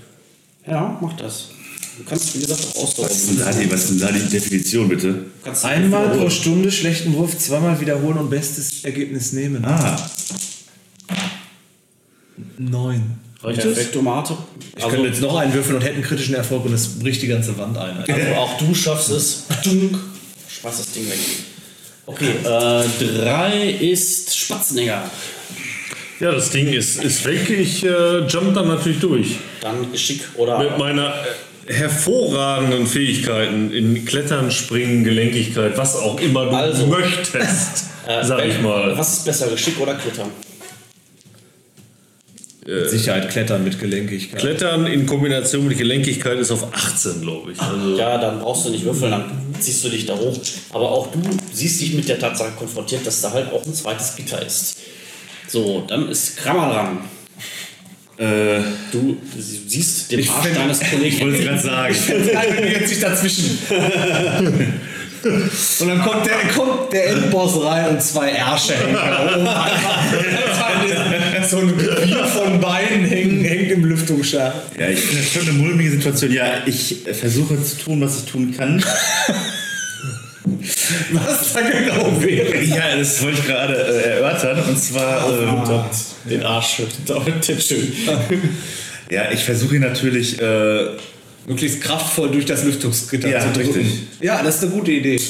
S2: Ja, mach das. Du kannst, wie gesagt, auch ausdauern.
S6: Was ist denn da die, was ist denn da die Definition, bitte?
S2: Du kannst-
S3: Einmal pro Stunde schlechten Wurf, zweimal wiederholen und bestes Ergebnis nehmen.
S6: Ah,
S3: 9.
S5: Reicht das?
S2: Perfekte Mate.
S3: Ich könnte jetzt noch einen würfeln und hätte einen kritischen Erfolg und es bricht die ganze Wand ein. Alter.
S2: Also auch du schaffst es. Dunk. Schmeiß das Ding weg. Okay, äh, drei ist Spatzenegger.
S5: Ja, das Ding ist, ist weg. Ich äh, jump dann natürlich durch.
S2: Dann Geschick oder.
S5: Mit meiner äh, hervorragenden Fähigkeiten in Klettern, Springen, Gelenkigkeit, was auch immer du
S2: Also.
S5: möchtest,
S2: äh,
S5: sag ich
S2: wenn-
S5: mal.
S2: Was ist besser, Geschick oder Klettern?
S3: Sicherheit klettern mit Gelenkigkeit.
S5: Klettern in Kombination mit Gelenkigkeit ist auf 18, glaube ich. Also,
S2: Ja, dann brauchst du nicht würfeln, dann ziehst du dich da hoch. Aber auch du siehst dich mit der Tatsache konfrontiert, dass da halt auch ein zweites Gitter ist. So, dann ist Krammer dran.
S6: äh,
S2: Du siehst den Arsch deines
S6: ich wollte
S2: Kollegen.
S6: es gerade sagen.
S7: jetzt sich dazwischen. Und dann kommt der, kommt der Endboss rein und zwei Ärsche hängen da oben. einfach. so ein Gebier von Beinen hängen, hängt im Lüftungsschacht.
S6: Ja, ich finde das schon eine mulmige Situation. Ja, ich äh, versuche zu tun, was ich tun kann.
S7: Was da genau wäre.
S6: ja, das wollte ich gerade äh, erörtern. Und zwar. Ähm,
S7: Den Arsch damit schön.
S6: ja, ich versuche ihn natürlich. Äh,
S7: Möglichst kraftvoll durch das Lüftungsgitter
S6: Ja,
S7: zu drücken.
S6: richtig.
S7: Ja, das ist eine gute Idee.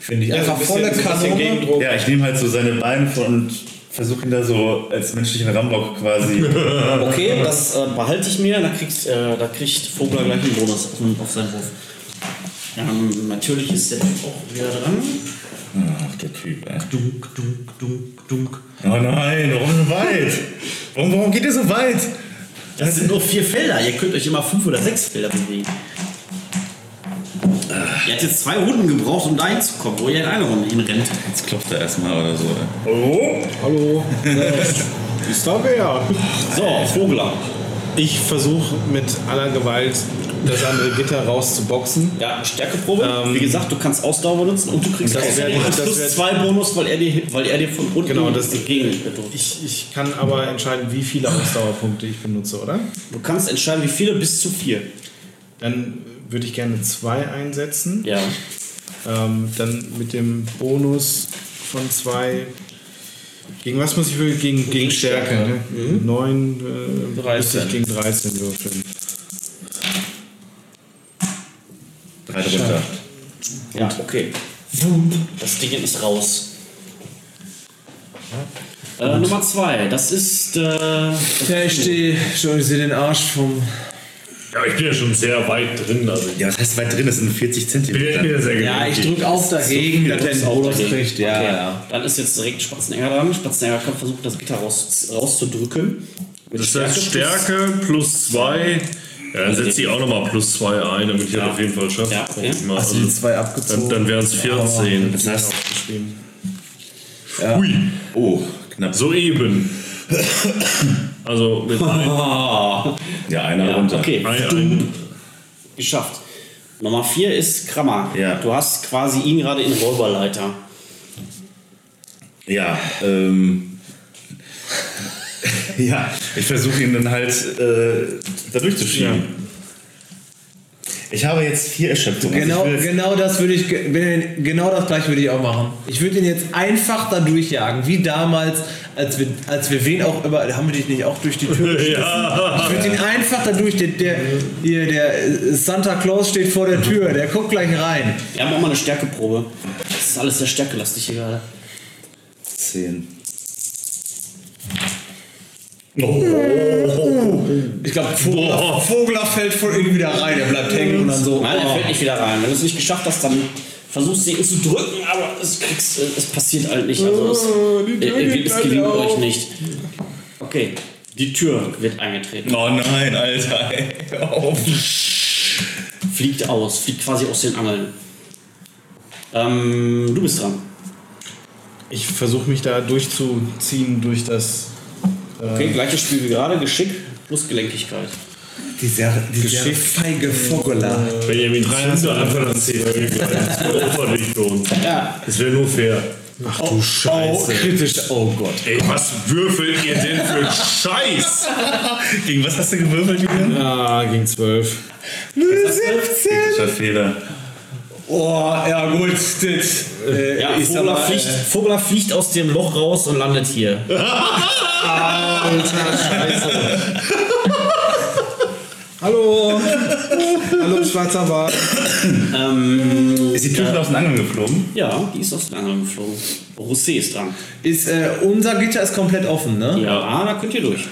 S7: Finde ich. Einfach volle Kanone.
S6: ja, ich nehme halt so seine Beine von und versuche ihn da so als menschlichen Rambock quasi.
S2: Okay, das äh, behalte ich mir, da, kriegst, äh, da kriegt Vogler gleich einen Bonus auf, auf seinen Wurf. Ähm, natürlich ist der Typ auch wieder dran.
S6: Ach, der Typ, ey.
S2: Dunk, dunk, dunk, dunk.
S6: Oh nein, warum so weit? Warum, warum geht ihr so weit?
S2: Das sind nur vier Felder, ihr könnt euch immer fünf oder sechs Felder bewegen.
S4: Ah.
S2: Ihr habt jetzt zwei Runden gebraucht, um da hinzukommen, wo ihr in einer Runde hinrennt.
S6: Jetzt klopft er erstmal oder so. ey.
S4: Hallo. Ist da wer?
S2: So, Vogler.
S4: Ich versuche mit aller Gewalt das andere Gitter rauszuboxen.
S2: Ja, Stärkeprobe. Wie gesagt, du kannst Ausdauer benutzen und du kriegst
S4: Ähm, Das
S2: auch
S4: wär-
S2: einen
S4: das
S2: plus
S4: wär-
S2: zwei Bonus, weil er dir, weil er dir von unten
S4: Genau, das-
S2: gegen bedroht.
S4: Ich, ich kann aber entscheiden, wie viele Ausdauerpunkte ich benutze, oder?
S2: Du kannst entscheiden, wie viele bis zu vier.
S4: Dann würde ich gerne zwei einsetzen.
S2: Ja.
S4: Ähm, dann mit dem Bonus von zwei. Gegen was muss ich würfeln? Gegen, gegen Stärke. Ne? Neun, äh, 13. gegen 13 würfeln.
S6: Drei drunter.
S2: Ja, okay. Das Ding ist raus. Äh, Nummer zwei, das ist. Äh, das
S3: Ja, ich stehe schon, ich sehe den Arsch vom.
S5: ja, ich bin ja schon sehr weit drin. Also
S6: Ja, was heißt weit drin? Das sind 40 Zentimeter.
S5: ja sehr
S7: Ja, ich drücke auch dagegen, dass der einen Bonus kriegt. Ja,
S2: okay.
S7: ja.
S2: Dann ist jetzt direkt Spatzenegger dran. Spatzenegger kann versuchen, das Gitter raus, rauszudrücken. Mit
S5: Das heißt
S2: plus-
S5: Stärke plus 2. Ja, dann setze ich auch nochmal plus 2 ein, damit ich das auf jeden Fall schaffe.
S2: Ja, okay.
S5: Guck ich mal.
S7: Hast du die zwei abgezogen?
S5: Dann, Also dann wären es 14.
S6: Das heißt,
S5: Hui,
S6: oh, knapp. So.
S5: soeben. Also mit ein,
S6: Ja, einer runter.
S2: Okay,
S5: ein, ein,
S2: geschafft. Nummer 4 ist Krammer.
S6: Ja.
S2: Du hast quasi ihn gerade in Räuberleiter.
S6: Ja, ähm. ja, ich versuche ihn dann halt äh, da durchzuschieben. Ich habe jetzt vier Erschöpfungen.
S7: Genau,
S6: Also ich will jetzt-
S7: genau das würde ich, ge- wenn- genau das gleiche würde ich auch machen. Ich würde ihn jetzt einfach da durchjagen, wie damals, als wir, als wir wen auch immer, haben wir dich nicht auch durch die Tür geschmissen? Ich würde ihn einfach da durch, der, der, hier, der äh, Santa Claus steht vor der Tür, der guckt gleich rein.
S2: Wir haben auch mal eine Stärkeprobe. Das ist alles sehr stärkelastig hier gerade.
S6: Zehn.
S7: Ich glaube, Vogler, Vogler fällt von innen wieder rein, der bleibt hängen und dann so.
S2: Nein, er
S7: oh.
S2: fällt nicht wieder rein. Wenn du es nicht geschafft hast, dann versuchst du ihn zu drücken, aber es, kriegst, es passiert halt nicht. Also es, äh, äh, es gelingt euch nicht. Okay, die Tür wird eingetreten.
S6: Oh nein, Alter. ey. Hör Auf.
S2: Fliegt aus, fliegt quasi aus den Angeln. Ähm, du bist dran.
S4: Ich versuche mich da durchzuziehen durch das.
S2: Okay, gleiches Spiel wie gerade. Geschick plus Gelenkigkeit.
S7: Dieser, dieser feige Vogler.
S5: Benjamin Zünder einfach das Ziel. Das wäre nicht für uns. Das wäre nur fair.
S7: Oh, kritisch, oh Gott.
S5: Ey, was würfelt ihr denn für Scheiß?
S6: Gegen was hast du gewürfelt, Julian?
S4: Ah, gegen 12.
S7: 17!
S6: Kritischer Fehler.
S7: Oh, ja gut, das. Äh,
S2: Ja,
S7: ich sag
S2: Vogler,
S7: mal,
S2: fliegt, Vogler fliegt aus dem Loch raus und landet hier.
S4: Hallo! Hallo, schwarzer Bart.
S2: Ähm,
S6: Ist die Tür schon aus den Angeln geflogen?
S2: ja, die ist aus den Angeln geflogen. Rosé ist dran.
S7: Ist, äh, unser Gitter ist komplett offen, ne?
S2: Ja, ah, da könnt ihr durch.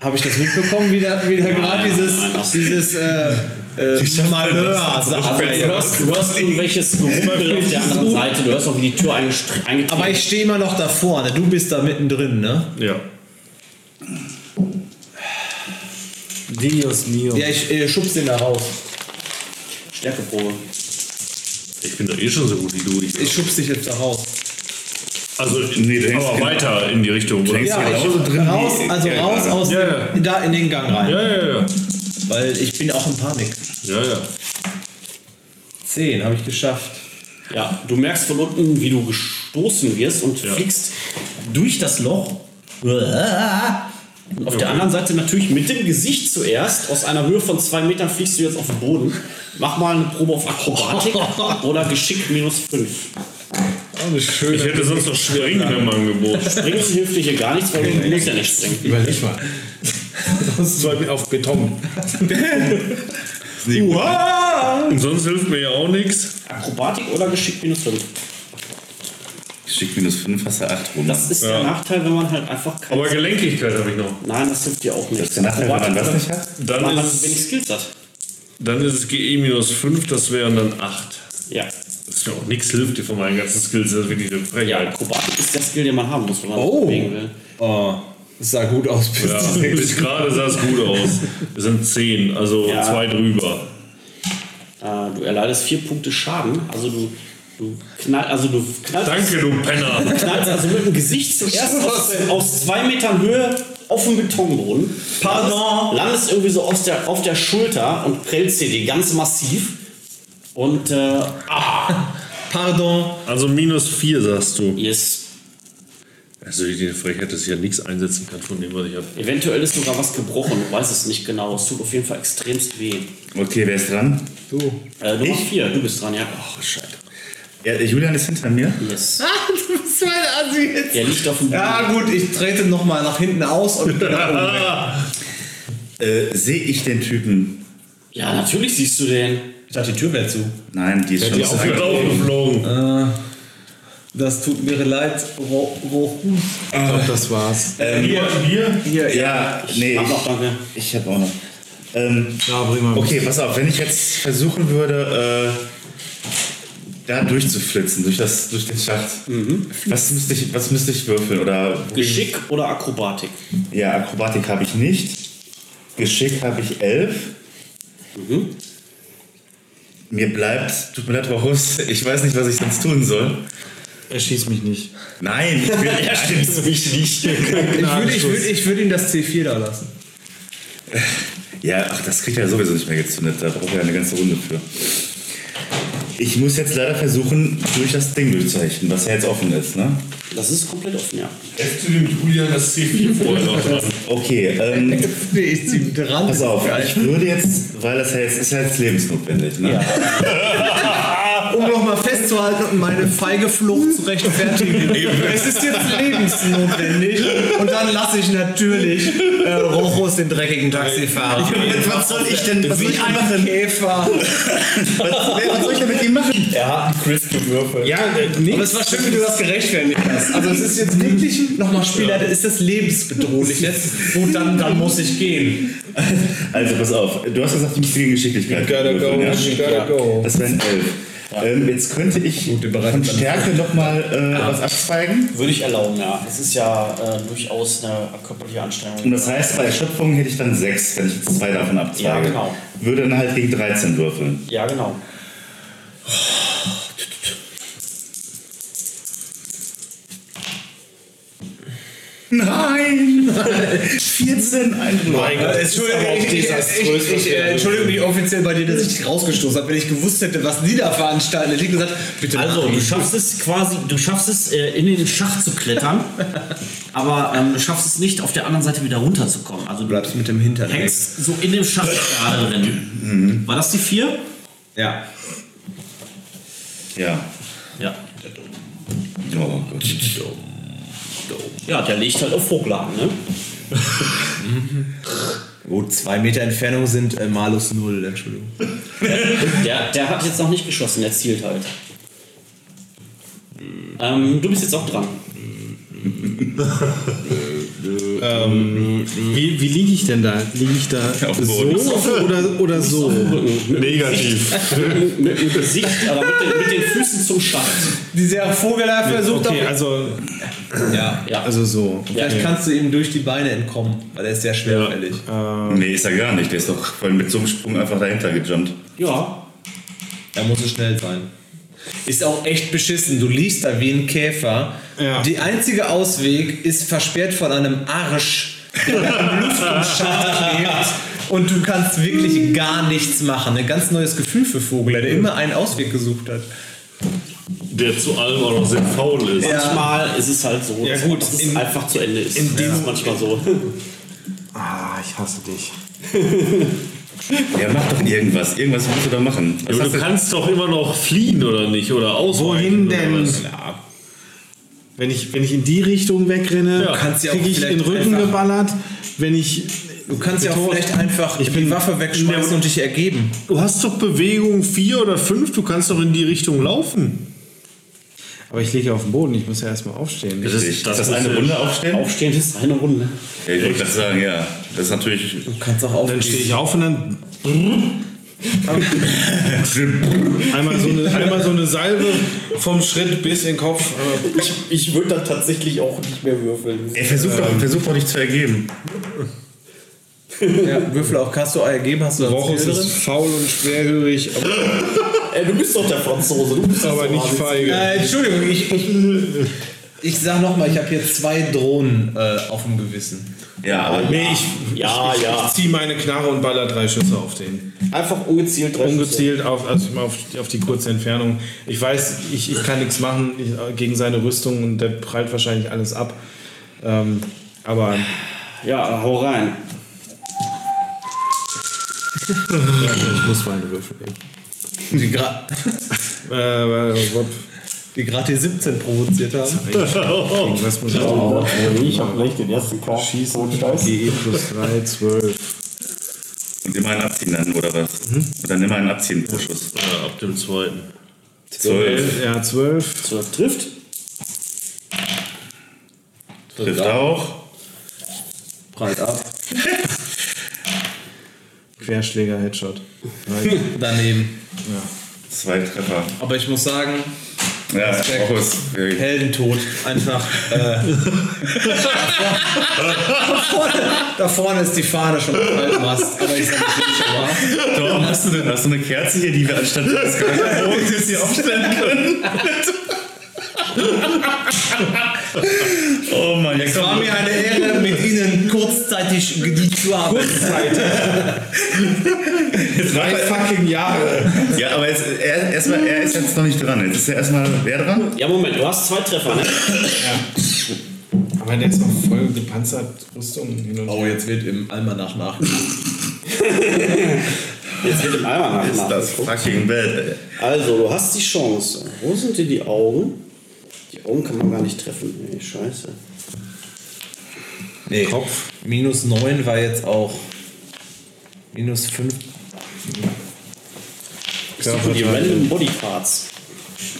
S7: Habe ich das mitbekommen, wie da, wie da gerade dieses,
S2: nein, nein.
S7: dieses äh, äh, Malheur
S2: Also, du
S7: sah.
S2: hörst, du hörst irgendwelches Gerumpel auf der anderen Seite. Du hörst auch, wie die Tür eingestre- eingetreten
S7: Aber ich stehe immer noch da vorne. Du bist da mittendrin, ne?
S5: Ja.
S4: Dios mio.
S7: Ja, ich äh, schub's den da raus.
S2: Stärkeprobe.
S5: Ich bin da eh schon so gut wie du.
S7: Ich schub's dich jetzt da raus.
S5: also,
S6: du hängst
S5: aber
S6: genau-
S5: weiter in die Richtung, oder?
S6: hängst
S5: Ja,
S7: Ja,
S6: genau so
S7: ich,
S6: drin
S7: raus,
S6: wie-
S7: also
S6: ja,
S7: raus
S6: ja.
S7: aus
S5: Ja, ja.
S7: da in den Gang rein.
S5: ja, ja.
S7: Weil ich bin auch in Panik.
S5: ja, ja.
S7: Zehn habe ich geschafft.
S2: Ja, du merkst von unten, wie du gestoßen wirst und
S5: Ja.
S2: fliegst durch das Loch. Und Auf der anderen Seite natürlich mit dem Gesicht zuerst. Aus einer Höhe von zwei Metern fliegst du jetzt auf den Boden. Mach mal eine Probe auf Akrobatik oder Geschick minus fünf.
S5: Ich hätte sonst noch Springen im Angebot.
S2: Springen hilft dir hier gar nichts, weil du musst ja nicht springen.
S4: Überleg mal. Sonst soll ich auf Beton.
S5: Und sonst hilft mir ja auch nichts.
S2: Akrobatik oder Geschick minus fünf.
S6: Schick minus 5 hast du 8 rum.
S2: Das ist der Nachteil, wenn man halt einfach kein
S5: Aber Gelenkigkeit habe ich noch.
S2: Nein, das hilft dir auch nicht.
S6: ist der Nachteil, wenn man das nicht hat.
S5: Dann
S2: man
S5: ist-
S2: hat wenig Skills hat.
S5: Dann ist es GE minus 5, das wären dann 8.
S2: Ja.
S5: Das ist mir auch nichts hilft dir von meinen ganzen Skills, das ist wirklich eine
S2: Ja,
S5: Frechheit.
S2: Akrobatik ist der Skill, den man haben muss, wenn man sich
S7: Oh.
S2: bewegen will.
S7: Oh, das sah gut aus. bis
S5: Ja, bis gerade sah es gut aus. Es sind 10, also
S2: Ja.
S5: zwei drüber.
S2: Äh, du erleidest vier Punkte Schaden, also du, du knall, also du knallst,
S5: Danke, du Penner.
S2: knallst also mit dem Gesicht zuerst aus, aus zwei Metern Höhe auf den Betonboden. Pardon! Landest irgendwie so aus der, auf der Schulter und prellst dir die ganz massiv. Und äh,
S7: Pardon.
S5: Also minus 4 sagst du.
S2: yes.
S5: Also die Frechheit, dass ich ja nichts einsetzen kann von dem, was ich habe.
S2: Eventuell ist sogar was gebrochen, du weißt es nicht genau. Es tut auf jeden Fall extremst weh.
S6: Okay, wer ist dran?
S7: oh,
S2: Äh, Nummer
S6: Ich?
S2: 4, du bist dran, ja.
S6: Oh, Scheiße. Ja, Julian ist hinter mir.
S2: Yes.
S7: Ah, du bist mein Assi jetzt.
S2: Der liegt auf dem Boden.
S7: Ja gut, ich trete nochmal nach hinten aus und bin nach oben weg.
S6: Äh, Sehe ich den Typen?
S2: Ja, natürlich siehst du den.
S7: Ich dachte, die Tür wäre zu. Äh,
S6: Nein, die ist schon aus
S5: Auf
S6: den
S5: den Lauf geflogen.
S7: Das tut mir leid, Ro- Rochus.
S4: Das war's.
S6: Bier? Ähm, Ja, nee.
S2: Mach noch, danke.
S6: Ich, ich habe auch noch. Ähm,
S4: Ja, bring mal mit.
S6: okay, pass auf, wenn ich jetzt versuchen würde, äh, da durchzuflitzen, durch, das, durch den Schacht, was, müsste ich, was müsste ich würfeln? Oder,
S2: Geschick oder Akrobatik?
S6: ja, Akrobatik habe ich nicht. Geschick habe ich elf. Mir bleibt, tut mir leid, Horus, ich weiß nicht, was ich sonst tun soll.
S4: Erschieß mich nicht.
S6: Nein, ich will, nein,
S7: Ich würde ich würd, ich würd ihm das C4 da lassen.
S6: Ja, ach, das kriegt er sowieso nicht mehr gezündet. Da braucht er eine ganze Runde für. Ich muss jetzt leider versuchen, durch das Ding durchzeichnen, was ja jetzt offen ist, ne?
S2: Das ist komplett offen, ja.
S5: Helft du dem Julian das C4 vorher noch dran.
S6: Okay, ähm,
S7: Nee, ich zieh dran.
S6: pass auf. Ich würde jetzt, weil das ja jetzt ist ja jetzt lebensnotwendig, ne?
S7: Um nochmal festzuhalten und meine feige Flucht zu rechtfertigen. es ist jetzt lebensnotwendig. Und dann lasse ich natürlich äh, Rochus den dreckigen Taxifahrer.
S6: Was soll ich denn, was soll ich denn machen?
S7: Käfer.
S6: Was, was soll ich denn mit ihm machen?
S7: Ja, nee. Aber es war schön, wie du das gerechtfertigt hast. Also es ist jetzt wirklich nochmal Spieler, ist das lebensbedrohlich jetzt? Gut, dann, dann muss ich gehen.
S6: Also pass auf, du hast gesagt, du musst gegen Geschicklichkeit.
S3: Gotta go,
S6: würfeln,
S3: gotta go.
S6: Das wären elf. Ähm, jetzt könnte ich
S3: bereit
S6: von Stärke nochmal äh, was abzweigen.
S2: Würde ich erlauben, ja. Das ist ja äh, durchaus eine körperliche Anstrengung.
S6: Und das heißt, bei Erschöpfung hätte ich dann sechs, wenn ich jetzt zwei davon abzweige.
S2: Ja, genau.
S6: Würde dann halt gegen 13 würfeln.
S2: Ja, genau.
S6: Nein! 14 Eindruck.
S7: Äh, Entschuldigung, ich, ich, ich, ich, äh, entschuldige mich offiziell bei dir, dass ich dich rausgestoßen habe. Wenn ich gewusst hätte, was die da veranstalten, hätte ich gesagt, bitte
S2: Also,
S7: mach
S2: du
S7: ich.
S2: schaffst es quasi, du schaffst es, äh, in den Schacht zu klettern, aber ähm, du schaffst es nicht, auf der anderen Seite wieder runterzukommen. Also, du
S7: bleibst mit dem Hintern.
S2: hängst so in dem Schacht gerade drin. War das die 4?
S7: Ja.
S6: Ja.
S2: Ja.
S6: Oh Gott.
S2: Ja, der legt halt auf Vogeladen, ne?
S7: Gut, zwei Meter Entfernung sind äh, Malus Null, Entschuldigung.
S2: Der, der hat jetzt noch nicht geschossen, der zielt halt. Ähm, du bist jetzt auch dran.
S4: Wie, wie liege ich denn da? Liege ich da so oder, oder so?
S5: Negativ.
S2: Mit dem Gesicht, aber mit den, mit den Füßen zum Schacht.
S7: Dieser Vogel hat versucht
S4: Okay, also,
S7: Ja.
S2: Ja.
S4: also so.
S7: Vielleicht kannst du ihm durch die Beine entkommen, weil er ist sehr schwerfällig.
S6: Nee, ist er gar nicht. Der ist doch voll mit so einem Sprung einfach dahinter gejumpt.
S2: ja.
S7: Da muss es schnell sein. Ist auch echt beschissen. Du liegst da wie ein Käfer.
S4: Ja.
S7: Die einzige Ausweg ist versperrt von einem Arsch, der in einem Lüftungsschacht klebt. Und du kannst wirklich gar nichts machen. Ein ganz neues Gefühl für Vogel, der immer einen Ausweg gesucht hat.
S5: Der zu allem auch noch sehr faul ist.
S2: Manchmal ist es halt so,
S4: Ja, gut,
S2: dass es
S4: in-
S2: einfach zu Ende ist.
S4: in
S2: das
S4: dem-
S2: ist manchmal so.
S4: Ah, ich hasse dich.
S6: Ja, mach doch irgendwas. Irgendwas musst du da machen. Was
S5: Aber
S6: hast
S5: du
S6: du
S5: kannst doch immer noch fliehen, oder nicht? Oder
S4: Wohin
S5: ausweichen.
S4: denn?
S5: Oder was?
S4: Wenn ich, wenn ich in die Richtung wegrenne,
S5: Ja.
S4: krieg
S7: Kannst ja auch
S4: kriege ich
S7: vielleicht
S4: den Rücken
S7: einfach-
S4: geballert. Wenn ich.
S7: Du kannst ja auch vielleicht einfach
S4: Ich bin-
S7: die Waffe wegschmeißen und dich ergeben.
S5: Du hast doch Bewegung 4 oder 5, du kannst doch in die Richtung laufen.
S4: Aber ich liege auf dem Boden, ich muss ja erstmal aufstehen.
S6: das, ist das, eine Runde aufstellen?
S2: Aufstehen ist eine Runde.
S6: Ja, ich wollte gerade sagen, ja. Das ist natürlich.
S7: Du kannst auch auf
S4: Dann stehe ich auf und dann einmal so eine, einmal so eine Salve vom Schritt bis in den Kopf. Äh,
S2: Ich würde da tatsächlich auch nicht mehr würfeln.
S6: Ey, versuch doch, versuch doch nicht zu ergeben.
S7: ja, Würfel auf Kasto ergeben. Hast du da
S4: Rochus
S7: Ziel
S4: ist faul und schwerhörig, aber,
S2: Ey, du bist doch der Franzose. Du bist
S4: aber nicht feige.
S7: Äh, Entschuldigung, ich, ich, ich sag nochmal, ich habe hier zwei Drohnen äh, auf dem Gewissen.
S6: Ja, aber.
S4: Nee, ich,
S2: Ja,
S4: ich,
S2: ja.
S4: ich ziehe meine Knarre und baller drei Schüsse auf den.
S2: Einfach ungezielt drauf.
S4: Ungezielt auf, also ich mal auf, auf die kurze Entfernung. Ich weiß, ich, ich kann nichts machen ich, äh, gegen seine Rüstung und der prallt wahrscheinlich alles ab. Ähm, aber
S2: Ja, hau rein.
S4: ich muss meine Würfel nehmen.
S7: Die gerade
S4: Äh, äh, wop.
S7: die, grad die 17 provoziert haben.
S4: was muss ich tun? Ich hab gleich den ersten Kopf. Schießen. GE plus 3, 12.
S6: Und immer einen abziehen dann, oder was? Und dann immer einen abziehen pro Schuss.
S5: Ja, äh, ab dem zweiten.
S6: Zwölf.
S4: Ja, 12.
S2: So, das trifft.
S6: Trifft auch.
S7: Breit ab.
S4: Querschläger, Headshot. Nein.
S7: Daneben.
S6: Zwei Treffer.
S7: Aber ich muss sagen,
S6: Ja,
S7: Respekt.
S6: Rochus. wirklich.
S7: Heldentod. Einfach. Äh, da, vorne, da vorne ist die Fahne schon am Altmast. Aber ich sag nicht schon mal.
S6: Tom, hast du, denn, hast du eine Kerze hier, die wir anstatt des Geräuschs hier aufstellen können? oh Mann, jetzt
S7: Es war
S6: kommt Oh
S7: mir eine Ehre, mit Ihnen kurzzeitig
S8: kurzzeitig gedient zu haben.
S4: Drei fucking Jahre.
S6: Ja, aber jetzt, er, erstmal, er ist jetzt noch nicht dran. Jetzt ist er erstmal, wer dran?
S2: Ja, Moment, du hast zwei Treffer, ne?
S4: Aber der ist auch voll gepanzert Rüstung hin und
S3: Oh, jetzt wird im Almanach nach.
S2: Jetzt wird im Eimer
S6: Ist
S2: nachgeladen.
S6: das fucking bad, ey.
S2: Also, du hast die Chance. Wo sind dir die Augen? Die Augen kann man gar nicht treffen. Nee, scheiße.
S3: Nee.
S8: Kopf. Minus 9 war jetzt auch. Minus 5.
S2: Das sind die random Body Parts.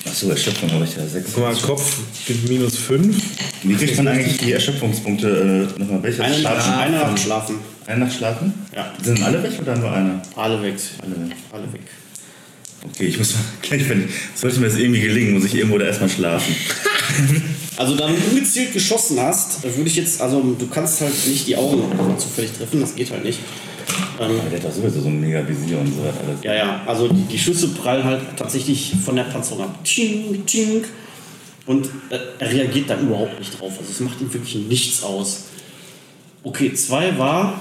S6: Achso, Erschöpfung habe ich ja. Sechs.
S4: Guck mal, Kopf gibt minus 5.
S6: Wie kriegt man eigentlich die Erschöpfungspunkte äh, nochmal weg?
S2: Eine Nacht, eine Nacht schlafen.
S6: Eine Nacht schlafen?
S2: Ja.
S6: Sind alle weg oder nur einer?
S2: Alle weg.
S6: Alle weg.
S2: Alle weg.
S6: Okay, ich muss mal gleich, wenn sollte mir das irgendwie gelingen, muss ich irgendwo da erstmal schlafen.
S2: Also, da du ungezielt geschossen hast, würde ich jetzt, also, du kannst halt nicht die Augen zufällig treffen, das geht halt nicht. Ähm,
S6: Der hat doch sowieso so ein mega Visier und so was alles.
S2: ja, ja, also die, die Schüsse prallen halt tatsächlich von der Panzerung ab. Tsching, tsching. Und äh, er reagiert da überhaupt nicht drauf. Also, es macht ihm wirklich nichts aus. Okay, zwei war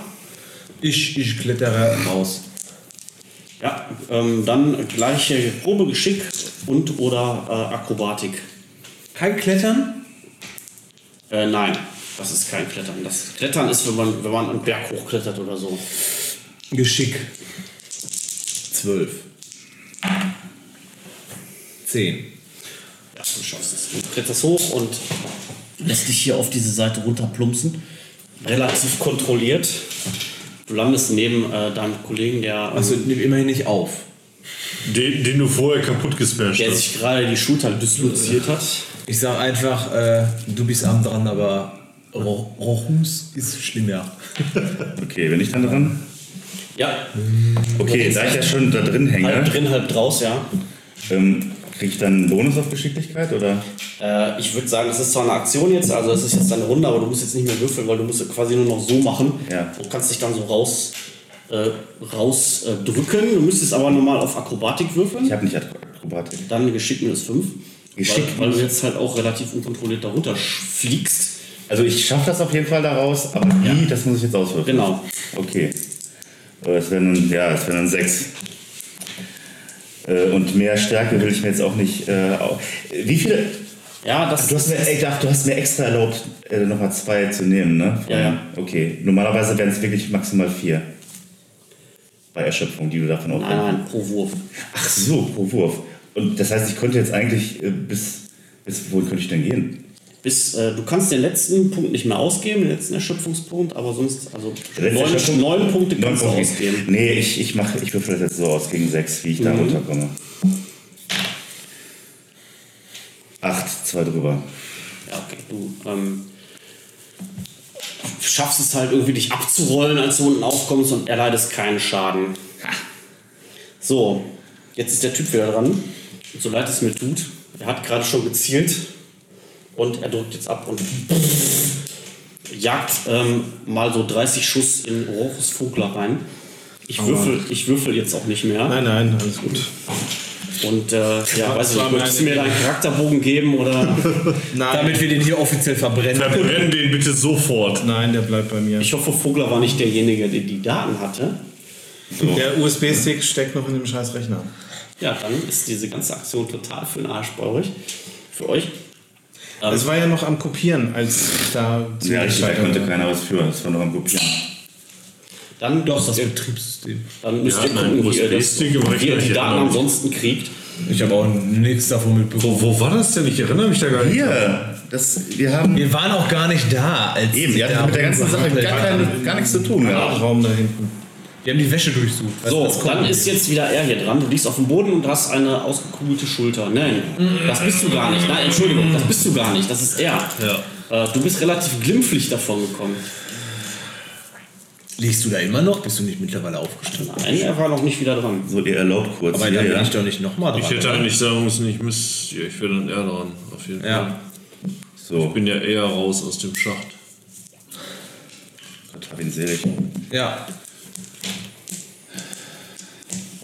S3: Ich, ich klettere raus.
S2: Ja, ähm, dann gleiche Probegeschick und oder äh, Akrobatik.
S8: Kein Klettern?
S2: Äh, nein, das ist kein Klettern. Das Klettern ist, wenn man, wenn man einen Berg hochklettert oder so.
S8: Geschick.
S3: 12. 10.
S2: Ja, du schaffst es. Du kletterst hoch und lässt dich hier auf diese Seite runterplumpsen. Relativ kontrolliert. Du landest neben äh, deinem Kollegen, der, ähm,
S8: Also nimm immerhin nicht auf.
S5: Den, den du vorher kaputt gesmashed
S2: der
S5: hast.
S2: sich gerade die Schulter disloziert hat.
S8: Ich sag einfach, äh, du bist am dran, aber Ro- Rochus ist schlimmer.
S6: Okay, bin ich dann dran?
S2: Ja,
S6: Okay, da ich ja schon da drin
S2: halb
S6: hänge,
S2: Halt drin, halb draus, ja.
S6: ähm, kriege ich dann einen Bonus auf Geschicklichkeit oder?
S2: Äh, ich würde sagen, es ist zwar eine Aktion jetzt, also es ist jetzt eine Runde, aber du musst jetzt nicht mehr würfeln, weil du musst quasi nur noch so machen.
S6: Ja.
S2: Du kannst dich dann so raus äh, rausdrücken. Äh, drücken. du müsstest aber nochmal auf Akrobatik
S6: Ich
S2: würfeln.
S6: habe nicht Akrobatik.
S2: Dann geschickt minus 5.
S6: Geschickt
S2: Weil, weil du jetzt halt auch relativ unkontrolliert darunter sch- fliegst.
S6: Also ich schaffe das auf jeden Fall daraus, aber wie, das muss ich jetzt auswürfeln.
S2: Genau.
S6: Okay. Äh, Es wären dann, ja, es wären dann sechs. Äh, Und mehr Stärke will ich mir jetzt auch nicht. Äh, au- Wie viele?
S2: Ja, das
S6: Du hast mir, ey, Dach, du hast mir extra erlaubt, äh, nochmal zwei zu nehmen, ne?
S2: Ja, ja.
S6: Okay. Normalerweise wären es wirklich maximal vier. Bei Erschöpfung, die du davon auch.
S2: Nein, nein, pro Wurf.
S6: Ach so, pro Wurf. Und das heißt, ich konnte jetzt eigentlich äh, bis. Bis wohin könnte ich denn gehen?
S2: Bis, äh, du kannst den letzten Punkt nicht mehr ausgeben, den letzten Erschöpfungspunkt, aber sonst, also
S6: Der letzte
S2: neun,
S6: Erschöpfung-
S2: neun Punkte
S6: Neun
S2: kannst du
S6: Punkte.
S2: ausgeben. Mhm.
S6: Nee, ich, ich, mach, ich würfel das jetzt so aus gegen sechs, wie ich da runterkomme. Acht, zwei drüber.
S2: Ja, okay. Du ähm, schaffst es halt irgendwie, dich abzurollen, als du unten aufkommst und erleidest keinen Schaden. So, jetzt ist der Typ wieder dran. Und so leid es mir tut, er hat gerade schon gezielt und er drückt jetzt ab und jagt ähm, mal so 30 Schuss in Rochus Vogler rein. Ich würfel, ich würfel jetzt auch nicht mehr.
S4: Oh Nein, nein, alles
S7: also-
S4: gut.
S2: Und äh, ja, weiß
S4: das war
S2: nicht, möchtest du
S4: meine
S2: mir deinen Charakterbogen geben oder.
S4: Nein,
S8: Damit wir den hier offiziell verbrennen.
S5: Verbrenn den bitte sofort.
S4: nein der bleibt bei mir.
S2: Ich hoffe, Vogler war nicht derjenige, der die Daten hatte.
S4: Der USB-Stick steckt noch in dem scheiß Rechner.
S2: Ja, dann ist diese ganze Aktion total für den Arsch bei euch. Für euch. Ähm,
S4: Das war ja noch am Kopieren, als ich da zu
S6: Ja, richtig, da
S4: gescheitert
S6: konnte
S4: war.
S6: keiner was für. Das war noch am Kopieren.
S2: dann doch
S8: Das Betriebssystem.
S2: Dann müsst ihr
S5: hatten einen
S2: gucken, wie ihr, das,
S5: USB-Stick, aber ich
S2: wie ihr
S5: kann
S2: die
S5: mich
S2: Daten
S5: erinnern.
S2: ansonsten kriegt.
S8: Ich habe auch nichts davon mitbekommen.
S5: Wo, wo war das denn? Ich erinnere mich da gar nicht.
S6: Hier, das, wir haben.
S8: Wir waren auch gar nicht da, als
S6: Eben,
S8: sie
S6: wir
S8: da
S6: hatten mit der ganzen Sache
S8: rumgehampelt
S6: gar,
S8: haben.
S6: keine, gar nichts zu tun. Ja.
S4: Raum da hinten.
S8: Wir haben die Wäsche durchsucht.
S2: So, dann ist jetzt wieder er hier dran. Du liegst auf dem Boden und hast eine ausgekugelte Schulter. Nein, das bist du gar nicht. Nein, Entschuldigung, das bist du gar nicht. Das ist er. Äh, du bist relativ glimpflich davon gekommen.
S8: Liegst du da immer noch? Bist du nicht mittlerweile aufgestanden?
S2: Nein, er war noch nicht wieder dran.
S6: So, ihr erlaubt kurz.
S8: Aber
S6: ja,
S8: dann bin
S6: ja.
S8: ich doch nicht nochmal dran.
S5: Ich hätte
S8: oder?
S5: eigentlich sagen müssen, ich müsste. Ja, ich wäre dann eher dran. Auf jeden Fall.
S8: ja.
S5: Ich
S6: So,
S5: bin ja eher raus aus dem Schacht.
S6: Gott, hab ihn selig.
S8: ja.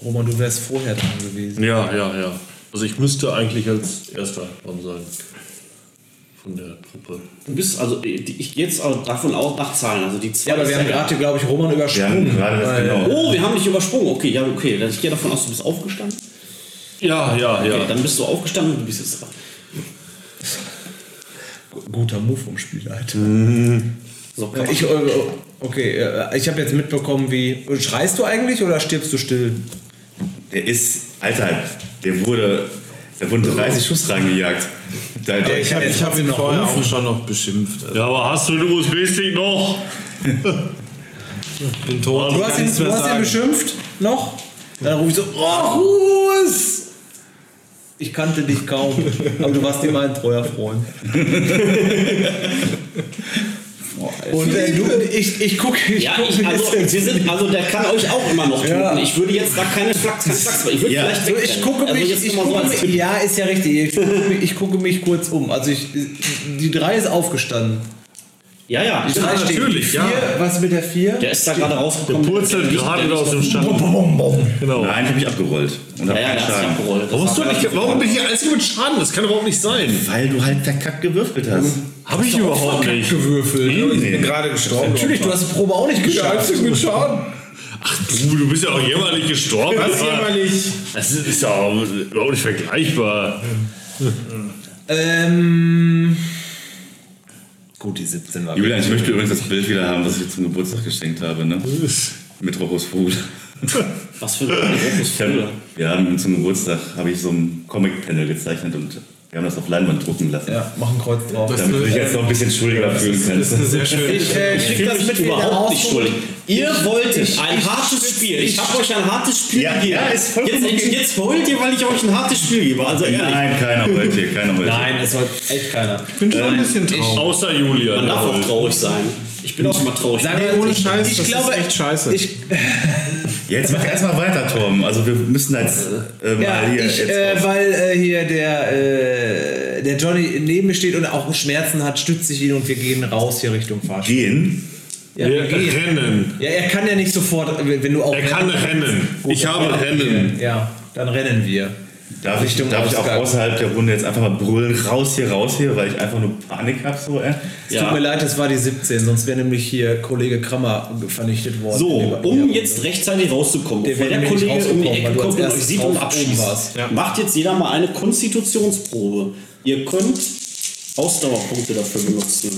S8: Roman, du wärst vorher dran gewesen.
S5: Ja, ja, ja. Also ich müsste eigentlich als erster dran sein. von der Gruppe.
S2: Du bist also, ich gehe jetzt auch davon aus, nach Zahlen. Also die zwei
S7: Ja, aber
S2: ist
S7: wir haben gerade, glaube ich, Roman
S6: Wir
S7: übersprungen.
S6: haben gerade das genau.
S2: Oh, wir haben dich übersprungen. Okay, ja, okay. Dann ich gehe davon aus, du bist aufgestanden.
S5: Ja, ja,
S2: Okay,
S5: ja.
S2: dann bist du aufgestanden und du bist jetzt dran.
S7: Guter Move vom Spielleiter.
S2: So, komm.
S7: Ich, äh, okay, äh, ich habe jetzt mitbekommen, wie. Schreist du eigentlich oder stirbst du still?
S6: Der ist, Alter, der wurde, der wurde 30 Schuss reingejagt. Da, der,
S4: Ich habe hab ihn vorher auch schon noch beschimpft. Also,
S5: Ja, aber hast du den USB-Stick noch?
S4: bin tot.
S7: Du
S4: ich
S7: hast
S4: kann
S7: ihn,
S4: nichts mehr
S7: du hast ihn
S4: sagen.
S7: beschimpft noch? Dann rufe ich so: Oh, Hus! Ich kannte dich kaum, aber du warst immer ein treuer Freund. Und äh, du, ich, ich gucke. Ich
S2: Ja,
S7: guck
S2: ich,
S7: mir
S2: also,
S7: jetzt den-
S2: wir sind, also der kann euch auch immer noch töten.
S7: Ja.
S2: Ich würde jetzt da keine Flachs, keine Flachs, ich würde
S6: Ja.
S2: vielleicht
S7: So, ich
S2: wegrennen.
S7: gucke
S2: also
S7: mich,
S2: jetzt
S7: ich
S2: immer so
S7: gucke
S2: als
S7: mich
S2: Tipp.
S7: ja, ist ja richtig. Ich gucke, mich, ich gucke mich kurz um. Also ich, die 3 ist aufgestanden.
S4: Ah,
S2: Ja, ja,
S7: Die 3 steht.
S5: natürlich,
S7: die
S5: ja.
S7: vier, Was mit der 4?
S2: der ist da gerade
S5: Der
S2: rausgekommen.
S5: purzelt
S2: Der-
S5: gerade
S2: der-
S5: aus dem Stand. Genau.
S6: Nein, ich hab mich abgerollt. Und hab
S2: Ja, ja, der
S6: keinen
S2: hat sich
S6: Schaden.
S2: abgerollt. Das
S5: Warum, hast du
S2: war
S5: nicht,
S2: relativ-
S5: warum bin ich alles mit Schaden? Das kann überhaupt nicht sein.
S6: Weil du halt verkackt gewürfelt hast.
S5: Habe ich überhaupt nicht.
S4: Ich bin gerade gestorben.
S7: Natürlich, du hast die Probe auch nicht geschafft.
S4: mit Schaden.
S5: Ach du, du bist ja auch jämmerlich gestorben.
S4: Was
S5: aber
S4: jämmerlich.
S5: Das ist ist ja auch überhaupt nicht vergleichbar.
S7: Ähm. Gut, die 17 war.
S6: Julian, ich möchte übrigens das Bild wieder haben, was ich dir zum Geburtstag geschenkt habe, ne? Mit Rochos Food.
S2: Was für ein Fokus
S6: Ich hab, wir haben zum Geburtstag habe ich so ein Comic-Panel gezeichnet und wir haben das auf Leinwand drucken lassen.
S7: Ja, mach ein Kreuz drauf.
S6: Damit du dich jetzt noch ein bisschen schuldiger fühlen kannst.
S4: Sehr schön.
S7: Ich, äh,
S2: Ich
S7: krieg
S2: fühle
S7: das
S2: mich
S7: mit wieder
S2: überhaupt nicht
S7: raus.
S2: schuldig. Ihr wolltet ein hartes Spiel. Ich habe euch ein hartes Spiel
S6: Ja,
S2: gegeben.
S6: ja, ist vollkommen
S2: jetzt,
S6: okay.
S2: jetzt heult ihr, weil ich euch ein hartes Spiel gebe. Also ehrlich.
S6: Nein, keiner wollte hier, keiner wollte
S7: Nein, das war echt keiner.
S4: Ich bin schon ein bisschen traurig.
S5: Außer Julia.
S2: Man darf Ähm, auch
S5: jawohl.
S2: traurig sein. Ich bin auch immer traurig.
S7: Sag
S4: Ey,
S7: mal,
S4: ohne
S7: ich-
S4: Scheiß,
S7: ich
S4: das
S7: glaube,
S4: ist echt scheiße.
S7: Ich,
S6: Jetzt mach erstmal weiter, Tom. Also wir müssen jetzt äh, mal
S7: ja,
S6: hier
S7: ich,
S6: jetzt
S7: äh,
S6: auf-
S7: weil äh, hier der, äh, der Johnny neben mir steht und auch Schmerzen hat, stützt sich ihn und wir gehen raus hier Richtung Fahrstuhl.
S6: gehen.
S7: Ja,
S5: Wir
S7: wir gehen.
S5: rennen.
S7: Ja, er kann ja nicht sofort, wenn du auch.
S5: Er kann rennen. Ich habe rennen.
S7: Ja, dann rennen wir.
S6: Darf ich,
S7: Richtung
S6: darf ich auch
S7: Ausgang.
S6: außerhalb der Runde jetzt einfach mal brüllen, raus hier, raus hier, weil ich einfach nur Panik habe so, äh.
S7: Es tut mir leid, es war die 17, sonst wäre nämlich hier Kollege Krammer vernichtet worden.
S2: So,
S7: In der-
S2: um jetzt rechtzeitig rauszukommen,
S7: Der
S2: bevor
S7: wäre
S2: der
S7: nämlich
S2: Kollege um
S7: rausgekommen,
S2: die
S7: weil
S2: Ecke
S7: du als
S2: kommt und euch
S7: erstes
S2: sieht und
S7: drauf oben
S2: abschießt,
S7: warst. Ja.
S2: macht jetzt jeder mal eine Konstitutionsprobe. Ihr könnt Ausdauerpunkte dafür benutzen.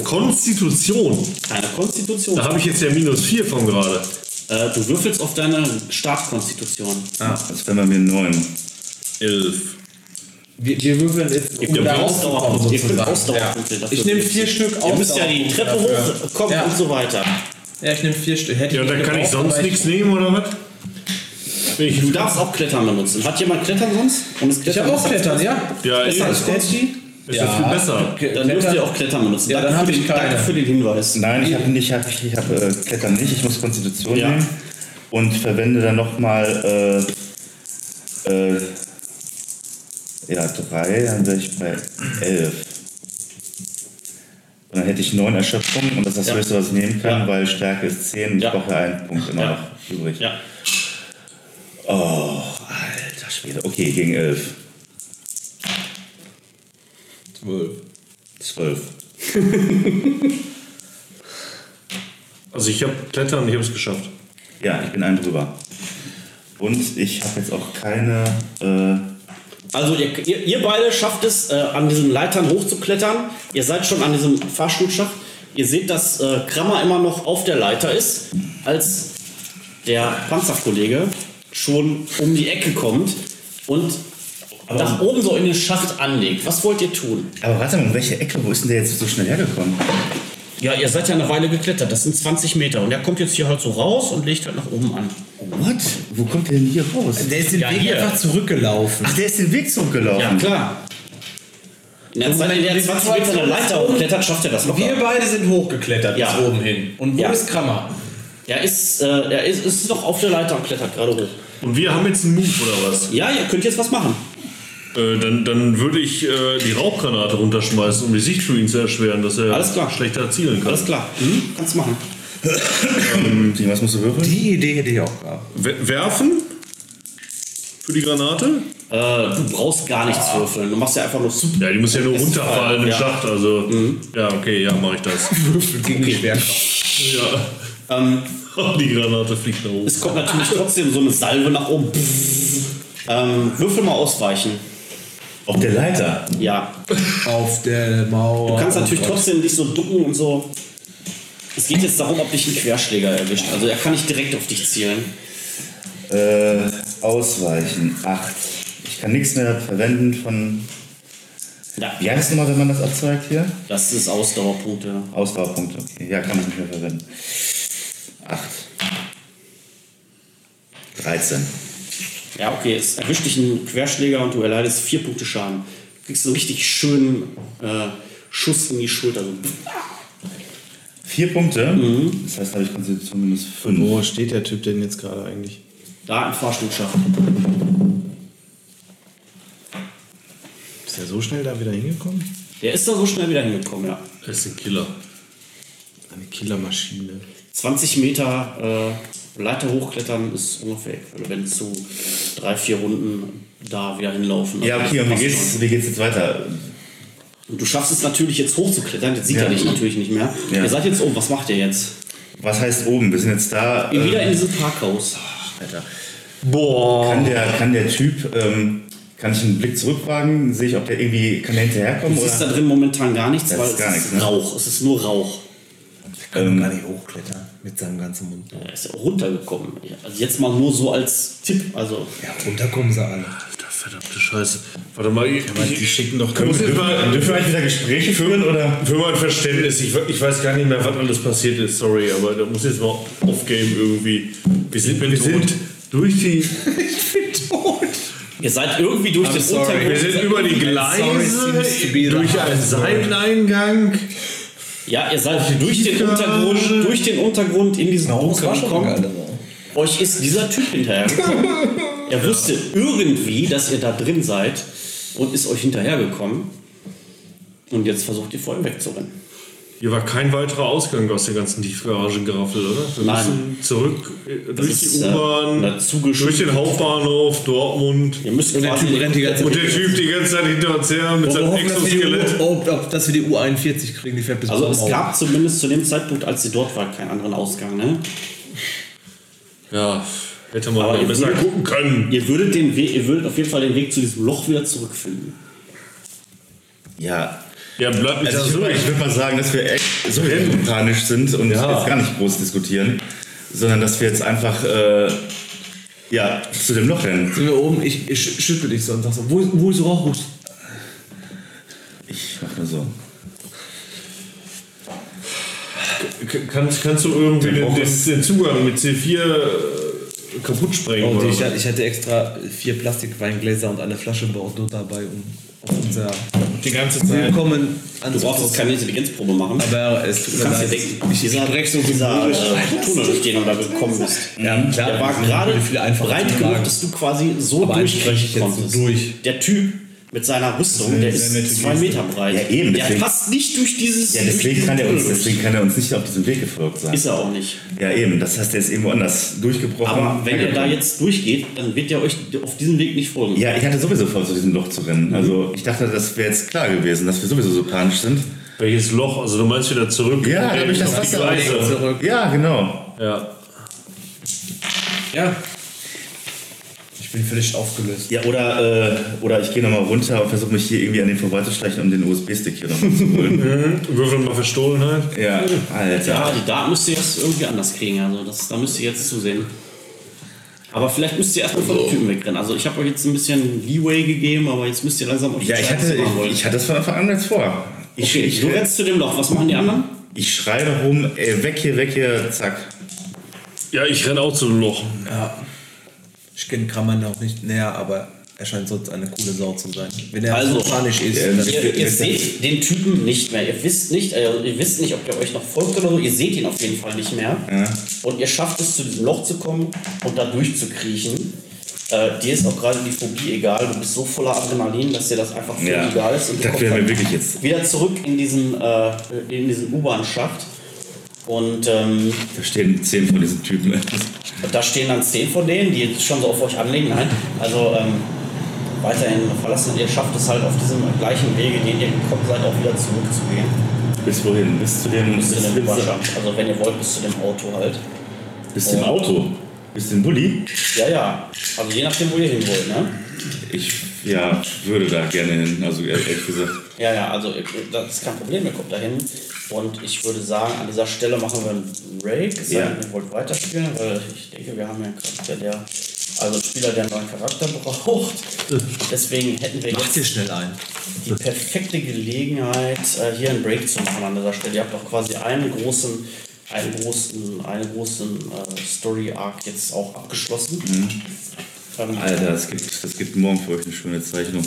S5: Konstitution.
S2: Keine Konstitution.
S5: Da habe ich jetzt ja minus 4 von gerade.
S2: Äh, du würfelst auf deine Startkonstitution.
S6: Das wären bei mir neun.
S5: 11.
S7: Wir, wir würfeln jetzt, um
S5: könnt
S7: da rauszukommen.
S2: Ausdauerpunkte. Ihr könnt
S7: sozusagen.
S2: Ausdauerpunkte dafür
S7: Ich nehme
S2: benutzen.
S7: vier Stück
S2: Ihr müsst ja die
S7: Ausdauerpunkte
S2: Treppe
S7: dafür.
S2: hochkommen
S7: Ja.
S2: und so weiter.
S7: Ja, ich nehme vier Stück. Hätte
S5: Ja,
S7: ich
S5: da
S7: nicht
S5: kann ich
S7: gebraucht,
S5: sonst
S7: aber
S5: nichts nehmen oder was? Wenn ich-
S2: Du darfst auch Klettern benutzen. Hat jemand Klettern sonst? Und das
S7: Ich
S2: Klettern
S7: habe auch
S2: ist-
S7: Klettern, ja?
S5: Ja,
S7: Besser
S5: eben.
S7: als Konsti?
S5: Ist ja viel besser.
S2: Dann dürft ihr auch Klettern benutzen.
S7: Ja, dann
S2: Danke
S7: hab
S2: für
S7: ich
S2: den-
S7: keine.
S2: Danke für den Hinweis.
S6: Nein, ich habe nicht, ich hab, ich hab, äh, Klettern nicht, ich muss Konstitution
S2: Ja.
S6: nehmen und verwende dann nochmal äh, äh, ja, drei, dann wäre ich bei elf. Und dann hätte ich neun Erschöpfungen und das ist das
S2: Ja.
S6: Höchste, was ich nehmen kann,
S2: Ja.
S6: weil Stärke ist 10 und
S2: Ja.
S6: ich brauche einen Punkt immer
S2: Ja.
S6: noch übrig.
S2: Ja.
S6: Oh, alter Schwede. Okay, gegen elf. Zwölf. Zwölf.
S5: Also ich habe Klettern, ich habe es geschafft.
S6: Ja, ich bin einen drüber. Und ich habe jetzt auch keine. Äh,
S2: Also ihr, ihr, ihr beide schafft es, äh, an diesen Leitern hochzuklettern. Ihr seid schon an diesem Fahrstuhlschacht. Ihr seht, dass äh, Krammer immer noch auf der Leiter ist, als der Panzerkollege schon um die Ecke kommt und nach oben so in den Schacht anlegt. Was wollt ihr tun?
S6: aber warte mal, um welche Ecke? Wo ist denn der jetzt so schnell hergekommen?
S2: Ja, ihr seid ja eine Weile geklettert. Das sind 20 Meter. Und der kommt jetzt hier halt so raus und legt halt nach oben an.
S6: What? Wo kommt der denn hier raus?
S7: Der ist den
S2: Ja,
S7: Weg
S2: hier.
S7: einfach zurückgelaufen.
S6: Ach, der ist den Weg
S2: Ja,
S6: zurückgelaufen.
S2: klar. Na, jetzt seid
S7: Moment,
S2: ihr ja
S7: wir
S2: 20
S7: sind
S2: Meter an der Leiter hochklettert, schafft ihr das locker.
S7: Wir beide sind hochgeklettert
S2: Ja.
S7: bis oben hin. Und wo
S2: Ja.
S7: ist Krammer?
S2: Er ist, äh, er ist, ist noch auf der Leiter und klettert gerade hoch.
S5: Und wir haben jetzt einen Move oder was?
S2: Ja, ihr könnt jetzt was machen.
S5: Äh, dann, dann würde ich äh, die Rauchgranate runterschmeißen, um die Sicht für ihn zu erschweren, dass er
S2: Alles klar.
S5: schlechter zielen kann.
S2: Alles klar. Mhm. Kannst machen.
S6: Hm, Was musst du würfeln?
S7: Die Idee hätte ich auch gehabt.
S5: We- Werfen? für die Granate?
S2: Äh, du brauchst gar nichts würfeln. Du machst ja einfach nur super.
S5: Ja, die muss ja nur
S2: Im besten Fall,
S5: runterfallen im
S2: ja. Mhm.
S5: Schacht, also. Ja, okay, ja, mache ich das.
S8: Gegen die Schwerkraft.
S5: ja.
S2: Ähm,
S5: Die Granate fliegt nach oben.
S2: es kommt natürlich trotzdem so eine Salve nach oben. Ähm, würfel mal ausweichen.
S6: Auf der Leiter.
S2: Ja.
S8: Auf der Mauer.
S2: Du kannst natürlich trotzdem dich so ducken und so. Es geht jetzt darum, ob dich ein Querschläger erwischt. Also er kann nicht direkt auf dich zielen.
S6: Äh, ausweichen. 8. Ich kann nichts mehr verwenden von.
S2: Ja,
S6: Wie heißt es nochmal, wenn man das abzweigt hier?
S2: das ist Ausdauerpunkt. Ja.
S6: Ausdauerpunkte. Okay. Ja, kann ich nicht mehr verwenden. 8. 13.
S2: ja, okay, es erwischt dich ein Querschläger und du erleidest vier Punkte Schaden. Du kriegst einen richtig schönen äh, Schuss in die Schulter. So.
S6: Vier Punkte. Das heißt, habe ich Konstitution minus 5.
S4: Wo steht der Typ denn jetzt gerade eigentlich?
S2: Da im Fahrstuhlschacht.
S4: Ist der so schnell da wieder hingekommen?
S2: Der ist da so schnell wieder hingekommen, ja.
S5: Das ist ein Killer.
S4: Eine Killermaschine.
S2: 20 Meter äh, Leiter hochklettern ist ungefähr, wenn zu drei, vier Runden da wieder hinlaufen.
S6: Ja, okay, und wie geht's, wie geht's jetzt weiter?
S2: Und du schaffst es natürlich jetzt hochzuklettern, jetzt sieht
S6: Ja.
S2: er dich natürlich nicht mehr.
S6: Ja.
S2: Ihr seid jetzt oben, was macht ihr jetzt?
S6: Was heißt oben? Wir sind jetzt da.
S2: Ihr
S6: äh,
S2: wieder in diesem Parkhaus.
S6: Alter. Boah. Kann der, kann der Typ, ähm, kann ich einen Blick zurückwagen? Sehe ich, ob der irgendwie, kann der hinterherkommen?
S2: Es ist da
S6: Oder?
S2: drin momentan gar nichts,
S6: Das
S2: weil
S6: ist
S2: es
S6: gar
S2: ist
S6: nichts, ne?
S2: Rauch. Es ist nur Rauch.
S6: Ähm,
S7: Kann ich hochklettern mit seinem ganzen Mund.
S2: Er ist ja auch runtergekommen. Ja, Also jetzt mal nur so als Tipp. Also
S7: Ja, runterkommen sie alle.
S5: Alter, verdammte Scheiße. Warte mal, ich,
S4: Die schicken doch
S5: Können wir- dürfen- dürfen wir
S6: eigentlich wieder Gespräche führen oder?
S5: Für mein Verständnis, ich, ich weiß gar nicht mehr, was alles passiert ist, sorry, aber da muss jetzt mal off-game irgendwie. Wir sind, wir sind durch die.
S2: ihr seid irgendwie durch den Untergrund.
S5: Wir sind über die Gleise, durch einen Seiteneingang.
S2: Ja, ihr seid durch den Untergrund, durch den Untergrund in diesen Bunker gekommen. Euch ist dieser Typ hinterhergekommen. er wusste irgendwie, dass ihr da drin seid und ist euch hinterhergekommen. Und jetzt versucht ihr vor ihm wegzurennen.
S5: Hier war kein weiterer Ausgang aus der ganzen Tiefgaragengeraffel, oder? Wir
S2: Nein.
S5: müssen zurück äh, durch
S2: ist,
S5: die
S2: äh,
S5: U-Bahn,
S2: eine
S5: durch
S2: zugeschnittene-
S5: den Hauptbahnhof, Dortmund.
S2: Ihr müsst
S8: Und der
S2: quasi
S8: Typ rennt die ganze
S5: Und der Typ die ganze Zeit hinter uns her
S8: Und
S5: mit
S8: wir
S5: seinem
S8: hoffen, dass wir,
S5: Exoskelett.
S8: die U, ob, ob, dass wir die U41 kriegen, die fährt bis
S2: Also es
S8: Bornau.
S2: gab zumindest zu dem Zeitpunkt, als sie dort war, keinen anderen Ausgang. Ne?
S5: Ja, hätte man
S2: Aber
S5: mal
S2: ihr
S5: besser
S2: würdet-
S5: gucken können.
S2: Ihr würdet, den Weg, ihr würdet auf jeden Fall den Weg zu diesem Loch wieder zurückfinden.
S6: Ja.
S5: Ja, bleibt nicht
S6: Also ich
S5: zurück.
S6: würde würd mal sagen, dass wir echt so panisch sind und jetzt gar nicht groß diskutieren, sondern dass wir jetzt einfach äh, ja, zu dem Loch rennen.
S8: Sind wir oben, ich, ich schü- schüttel dich so und sag so, wo, wo ist Rochus?
S6: Ich mach mal so.
S5: K- Kannst, kannst du irgendwie den, den, den Zugang mit C4 äh, kaputt sprengen?
S7: Und
S5: oder?
S7: ich, ich hatte extra vier Plastikweingläser und eine Flasche Bordeaux dabei, um auf unser
S4: Die ganze Zeit.
S7: Willkommen
S2: Du brauchst jetzt
S7: anzukommen.
S2: keine Intelligenzprobe machen.
S7: Aber es tut
S2: du
S7: mir
S2: kannst dir
S7: leid.
S2: denken, dieser, dieser äh, Tunnel, durch den du da gekommen bist,
S7: Ja, klar,
S2: der war
S7: das sind
S2: gerade
S7: viel einfacher
S2: breit
S7: zu
S2: genug,
S7: tragen.
S2: dass du quasi so
S7: Aber eigentlich krieg ich
S2: durchbrechen
S7: jetzt
S2: konntest.
S7: so durch.
S2: Der Typ mit seiner Rüstung, der ist zwei Meter breit.
S6: Ja, eben,
S2: der
S6: deswegen-
S2: passt nicht durch dieses...
S6: Ja, deswegen kann, er uns,
S2: Tunnel.
S6: deswegen kann er uns nicht auf diesem Weg gefolgt sein.
S2: Ist er auch nicht.
S6: Ja, eben. Das heißt, er ist irgendwo anders durchgebrochen.
S2: Aber wenn ihr da jetzt durchgeht, dann wird er euch auf diesem Weg nicht folgen.
S6: Ja, ich hatte sowieso vor, zu diesem Loch zu
S2: Mhm.
S6: rennen. Also, ich dachte, das wäre jetzt klar gewesen, dass wir sowieso so panisch sind.
S5: Welches Loch? Also du meinst wieder zurück?
S6: Ja, da
S5: Auf
S6: hab ich das
S5: die
S6: Wasser
S7: Also,
S5: Gleise.
S8: Zurück.
S6: Ja, genau.
S5: Ja.
S8: Ja,
S7: Ich bin völlig aufgelöst.
S6: Ja, oder, äh, oder ich gehe nochmal runter und versuche mich hier irgendwie an den vorbeizuschleichen, um den USB-Stick hier nochmal zu holen.
S5: Würfel mal Verstohlenheit.
S6: ja,
S2: Ja,
S6: Alter.
S2: die Daten müsst ihr jetzt irgendwie anders kriegen. Also das, da müsst ihr jetzt zusehen. Aber vielleicht müsst ihr erstmal von den Typen wegrennen. Also ich habe euch jetzt ein bisschen Leeway gegeben, aber jetzt müsst ihr langsam auf die
S6: Ja, ich hatte, ich, ich hatte das von Anfang an jetzt vor. Ich,
S2: okay,
S6: ich,
S2: du rennst zu dem Loch. Was machen die anderen?
S6: ich schreie da rum, ey, weg hier, weg hier, zack.
S5: Ja, ich renne auch zu dem Loch.
S7: Ich kenne Krammern auch nicht näher, aber er scheint sonst eine coole Sau zu sein. Wenn er
S2: Also,
S7: so panisch ist,
S6: ähm,
S7: dann
S2: Ihr, ihr seht den Typen nicht mehr. Ihr wisst nicht, äh, ihr wisst nicht, ob der euch noch folgt oder so. Ihr seht ihn auf jeden Fall nicht mehr. Und ihr schafft es, zu diesem Loch zu kommen und da durchzukriechen. Äh, dir ist auch gerade die Phobie egal. Du bist so voller Adrenalin, dass dir das einfach völlig
S6: Ja.
S2: egal ist. Und du
S6: Das
S2: kommst
S6: wäre
S2: halt
S6: mir wirklich jetzt.
S2: wieder zurück in diesen, äh, in diesen U-Bahn-Schacht. Und ähm,
S6: Da stehen zehn von diesen Typen.
S2: Und da stehen dann zehn von denen, die jetzt schon so auf euch anlegen. Nein, also ähm, weiterhin verlassen. Ihr schafft es halt auf diesem gleichen Wege, den ihr gekommen seid, auch wieder zurückzugehen.
S6: Bis wohin? Bis zu dem.
S2: Bis zu
S6: bis-
S2: dem
S6: bis-
S2: Wascher. Also wenn ihr wollt, bis zu dem Auto halt.
S6: Bis zum Auto. Bis zum Bulli.
S2: Ja, ja. Also je nachdem, wo ihr hin wollt, ne?
S6: Ich ja, würde da gerne hin, also ehrlich gesagt.
S2: Ja, ja, also äh, das ist kein Problem, ihr kommt dahin. Und ich würde sagen, an dieser Stelle machen wir einen Break. Es sei
S6: Ja.
S2: denn, Ihr wollt weiterspielen, weil ich denke, wir haben ja einen Charakter, der. Also einen Spieler, der einen neuen Charakter braucht. Deswegen hätten wir jetzt
S7: Zieh schnell ein.
S2: die perfekte Gelegenheit, äh, hier einen Break zu machen an dieser Stelle. Ihr habt auch quasi einen großen, einen großen, einen großen äh, Story-Arc jetzt auch abgeschlossen. Ähm,
S6: Alter, es gibt, es gibt morgen für euch eine schöne Zeichnung.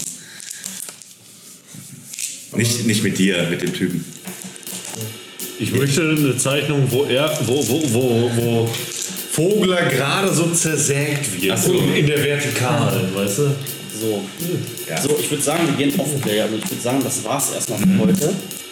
S6: Nicht, nicht mit dir, mit dem Typen.
S5: Ich möchte eine Zeichnung, wo er, wo, wo, wo, wo Vogler gerade so zersägt wird.
S6: so.
S5: In der Vertikalen, weißt du?
S2: So. so, ich würde sagen, wir gehen off Player. Also ich würde sagen, das war's erstmal für heute.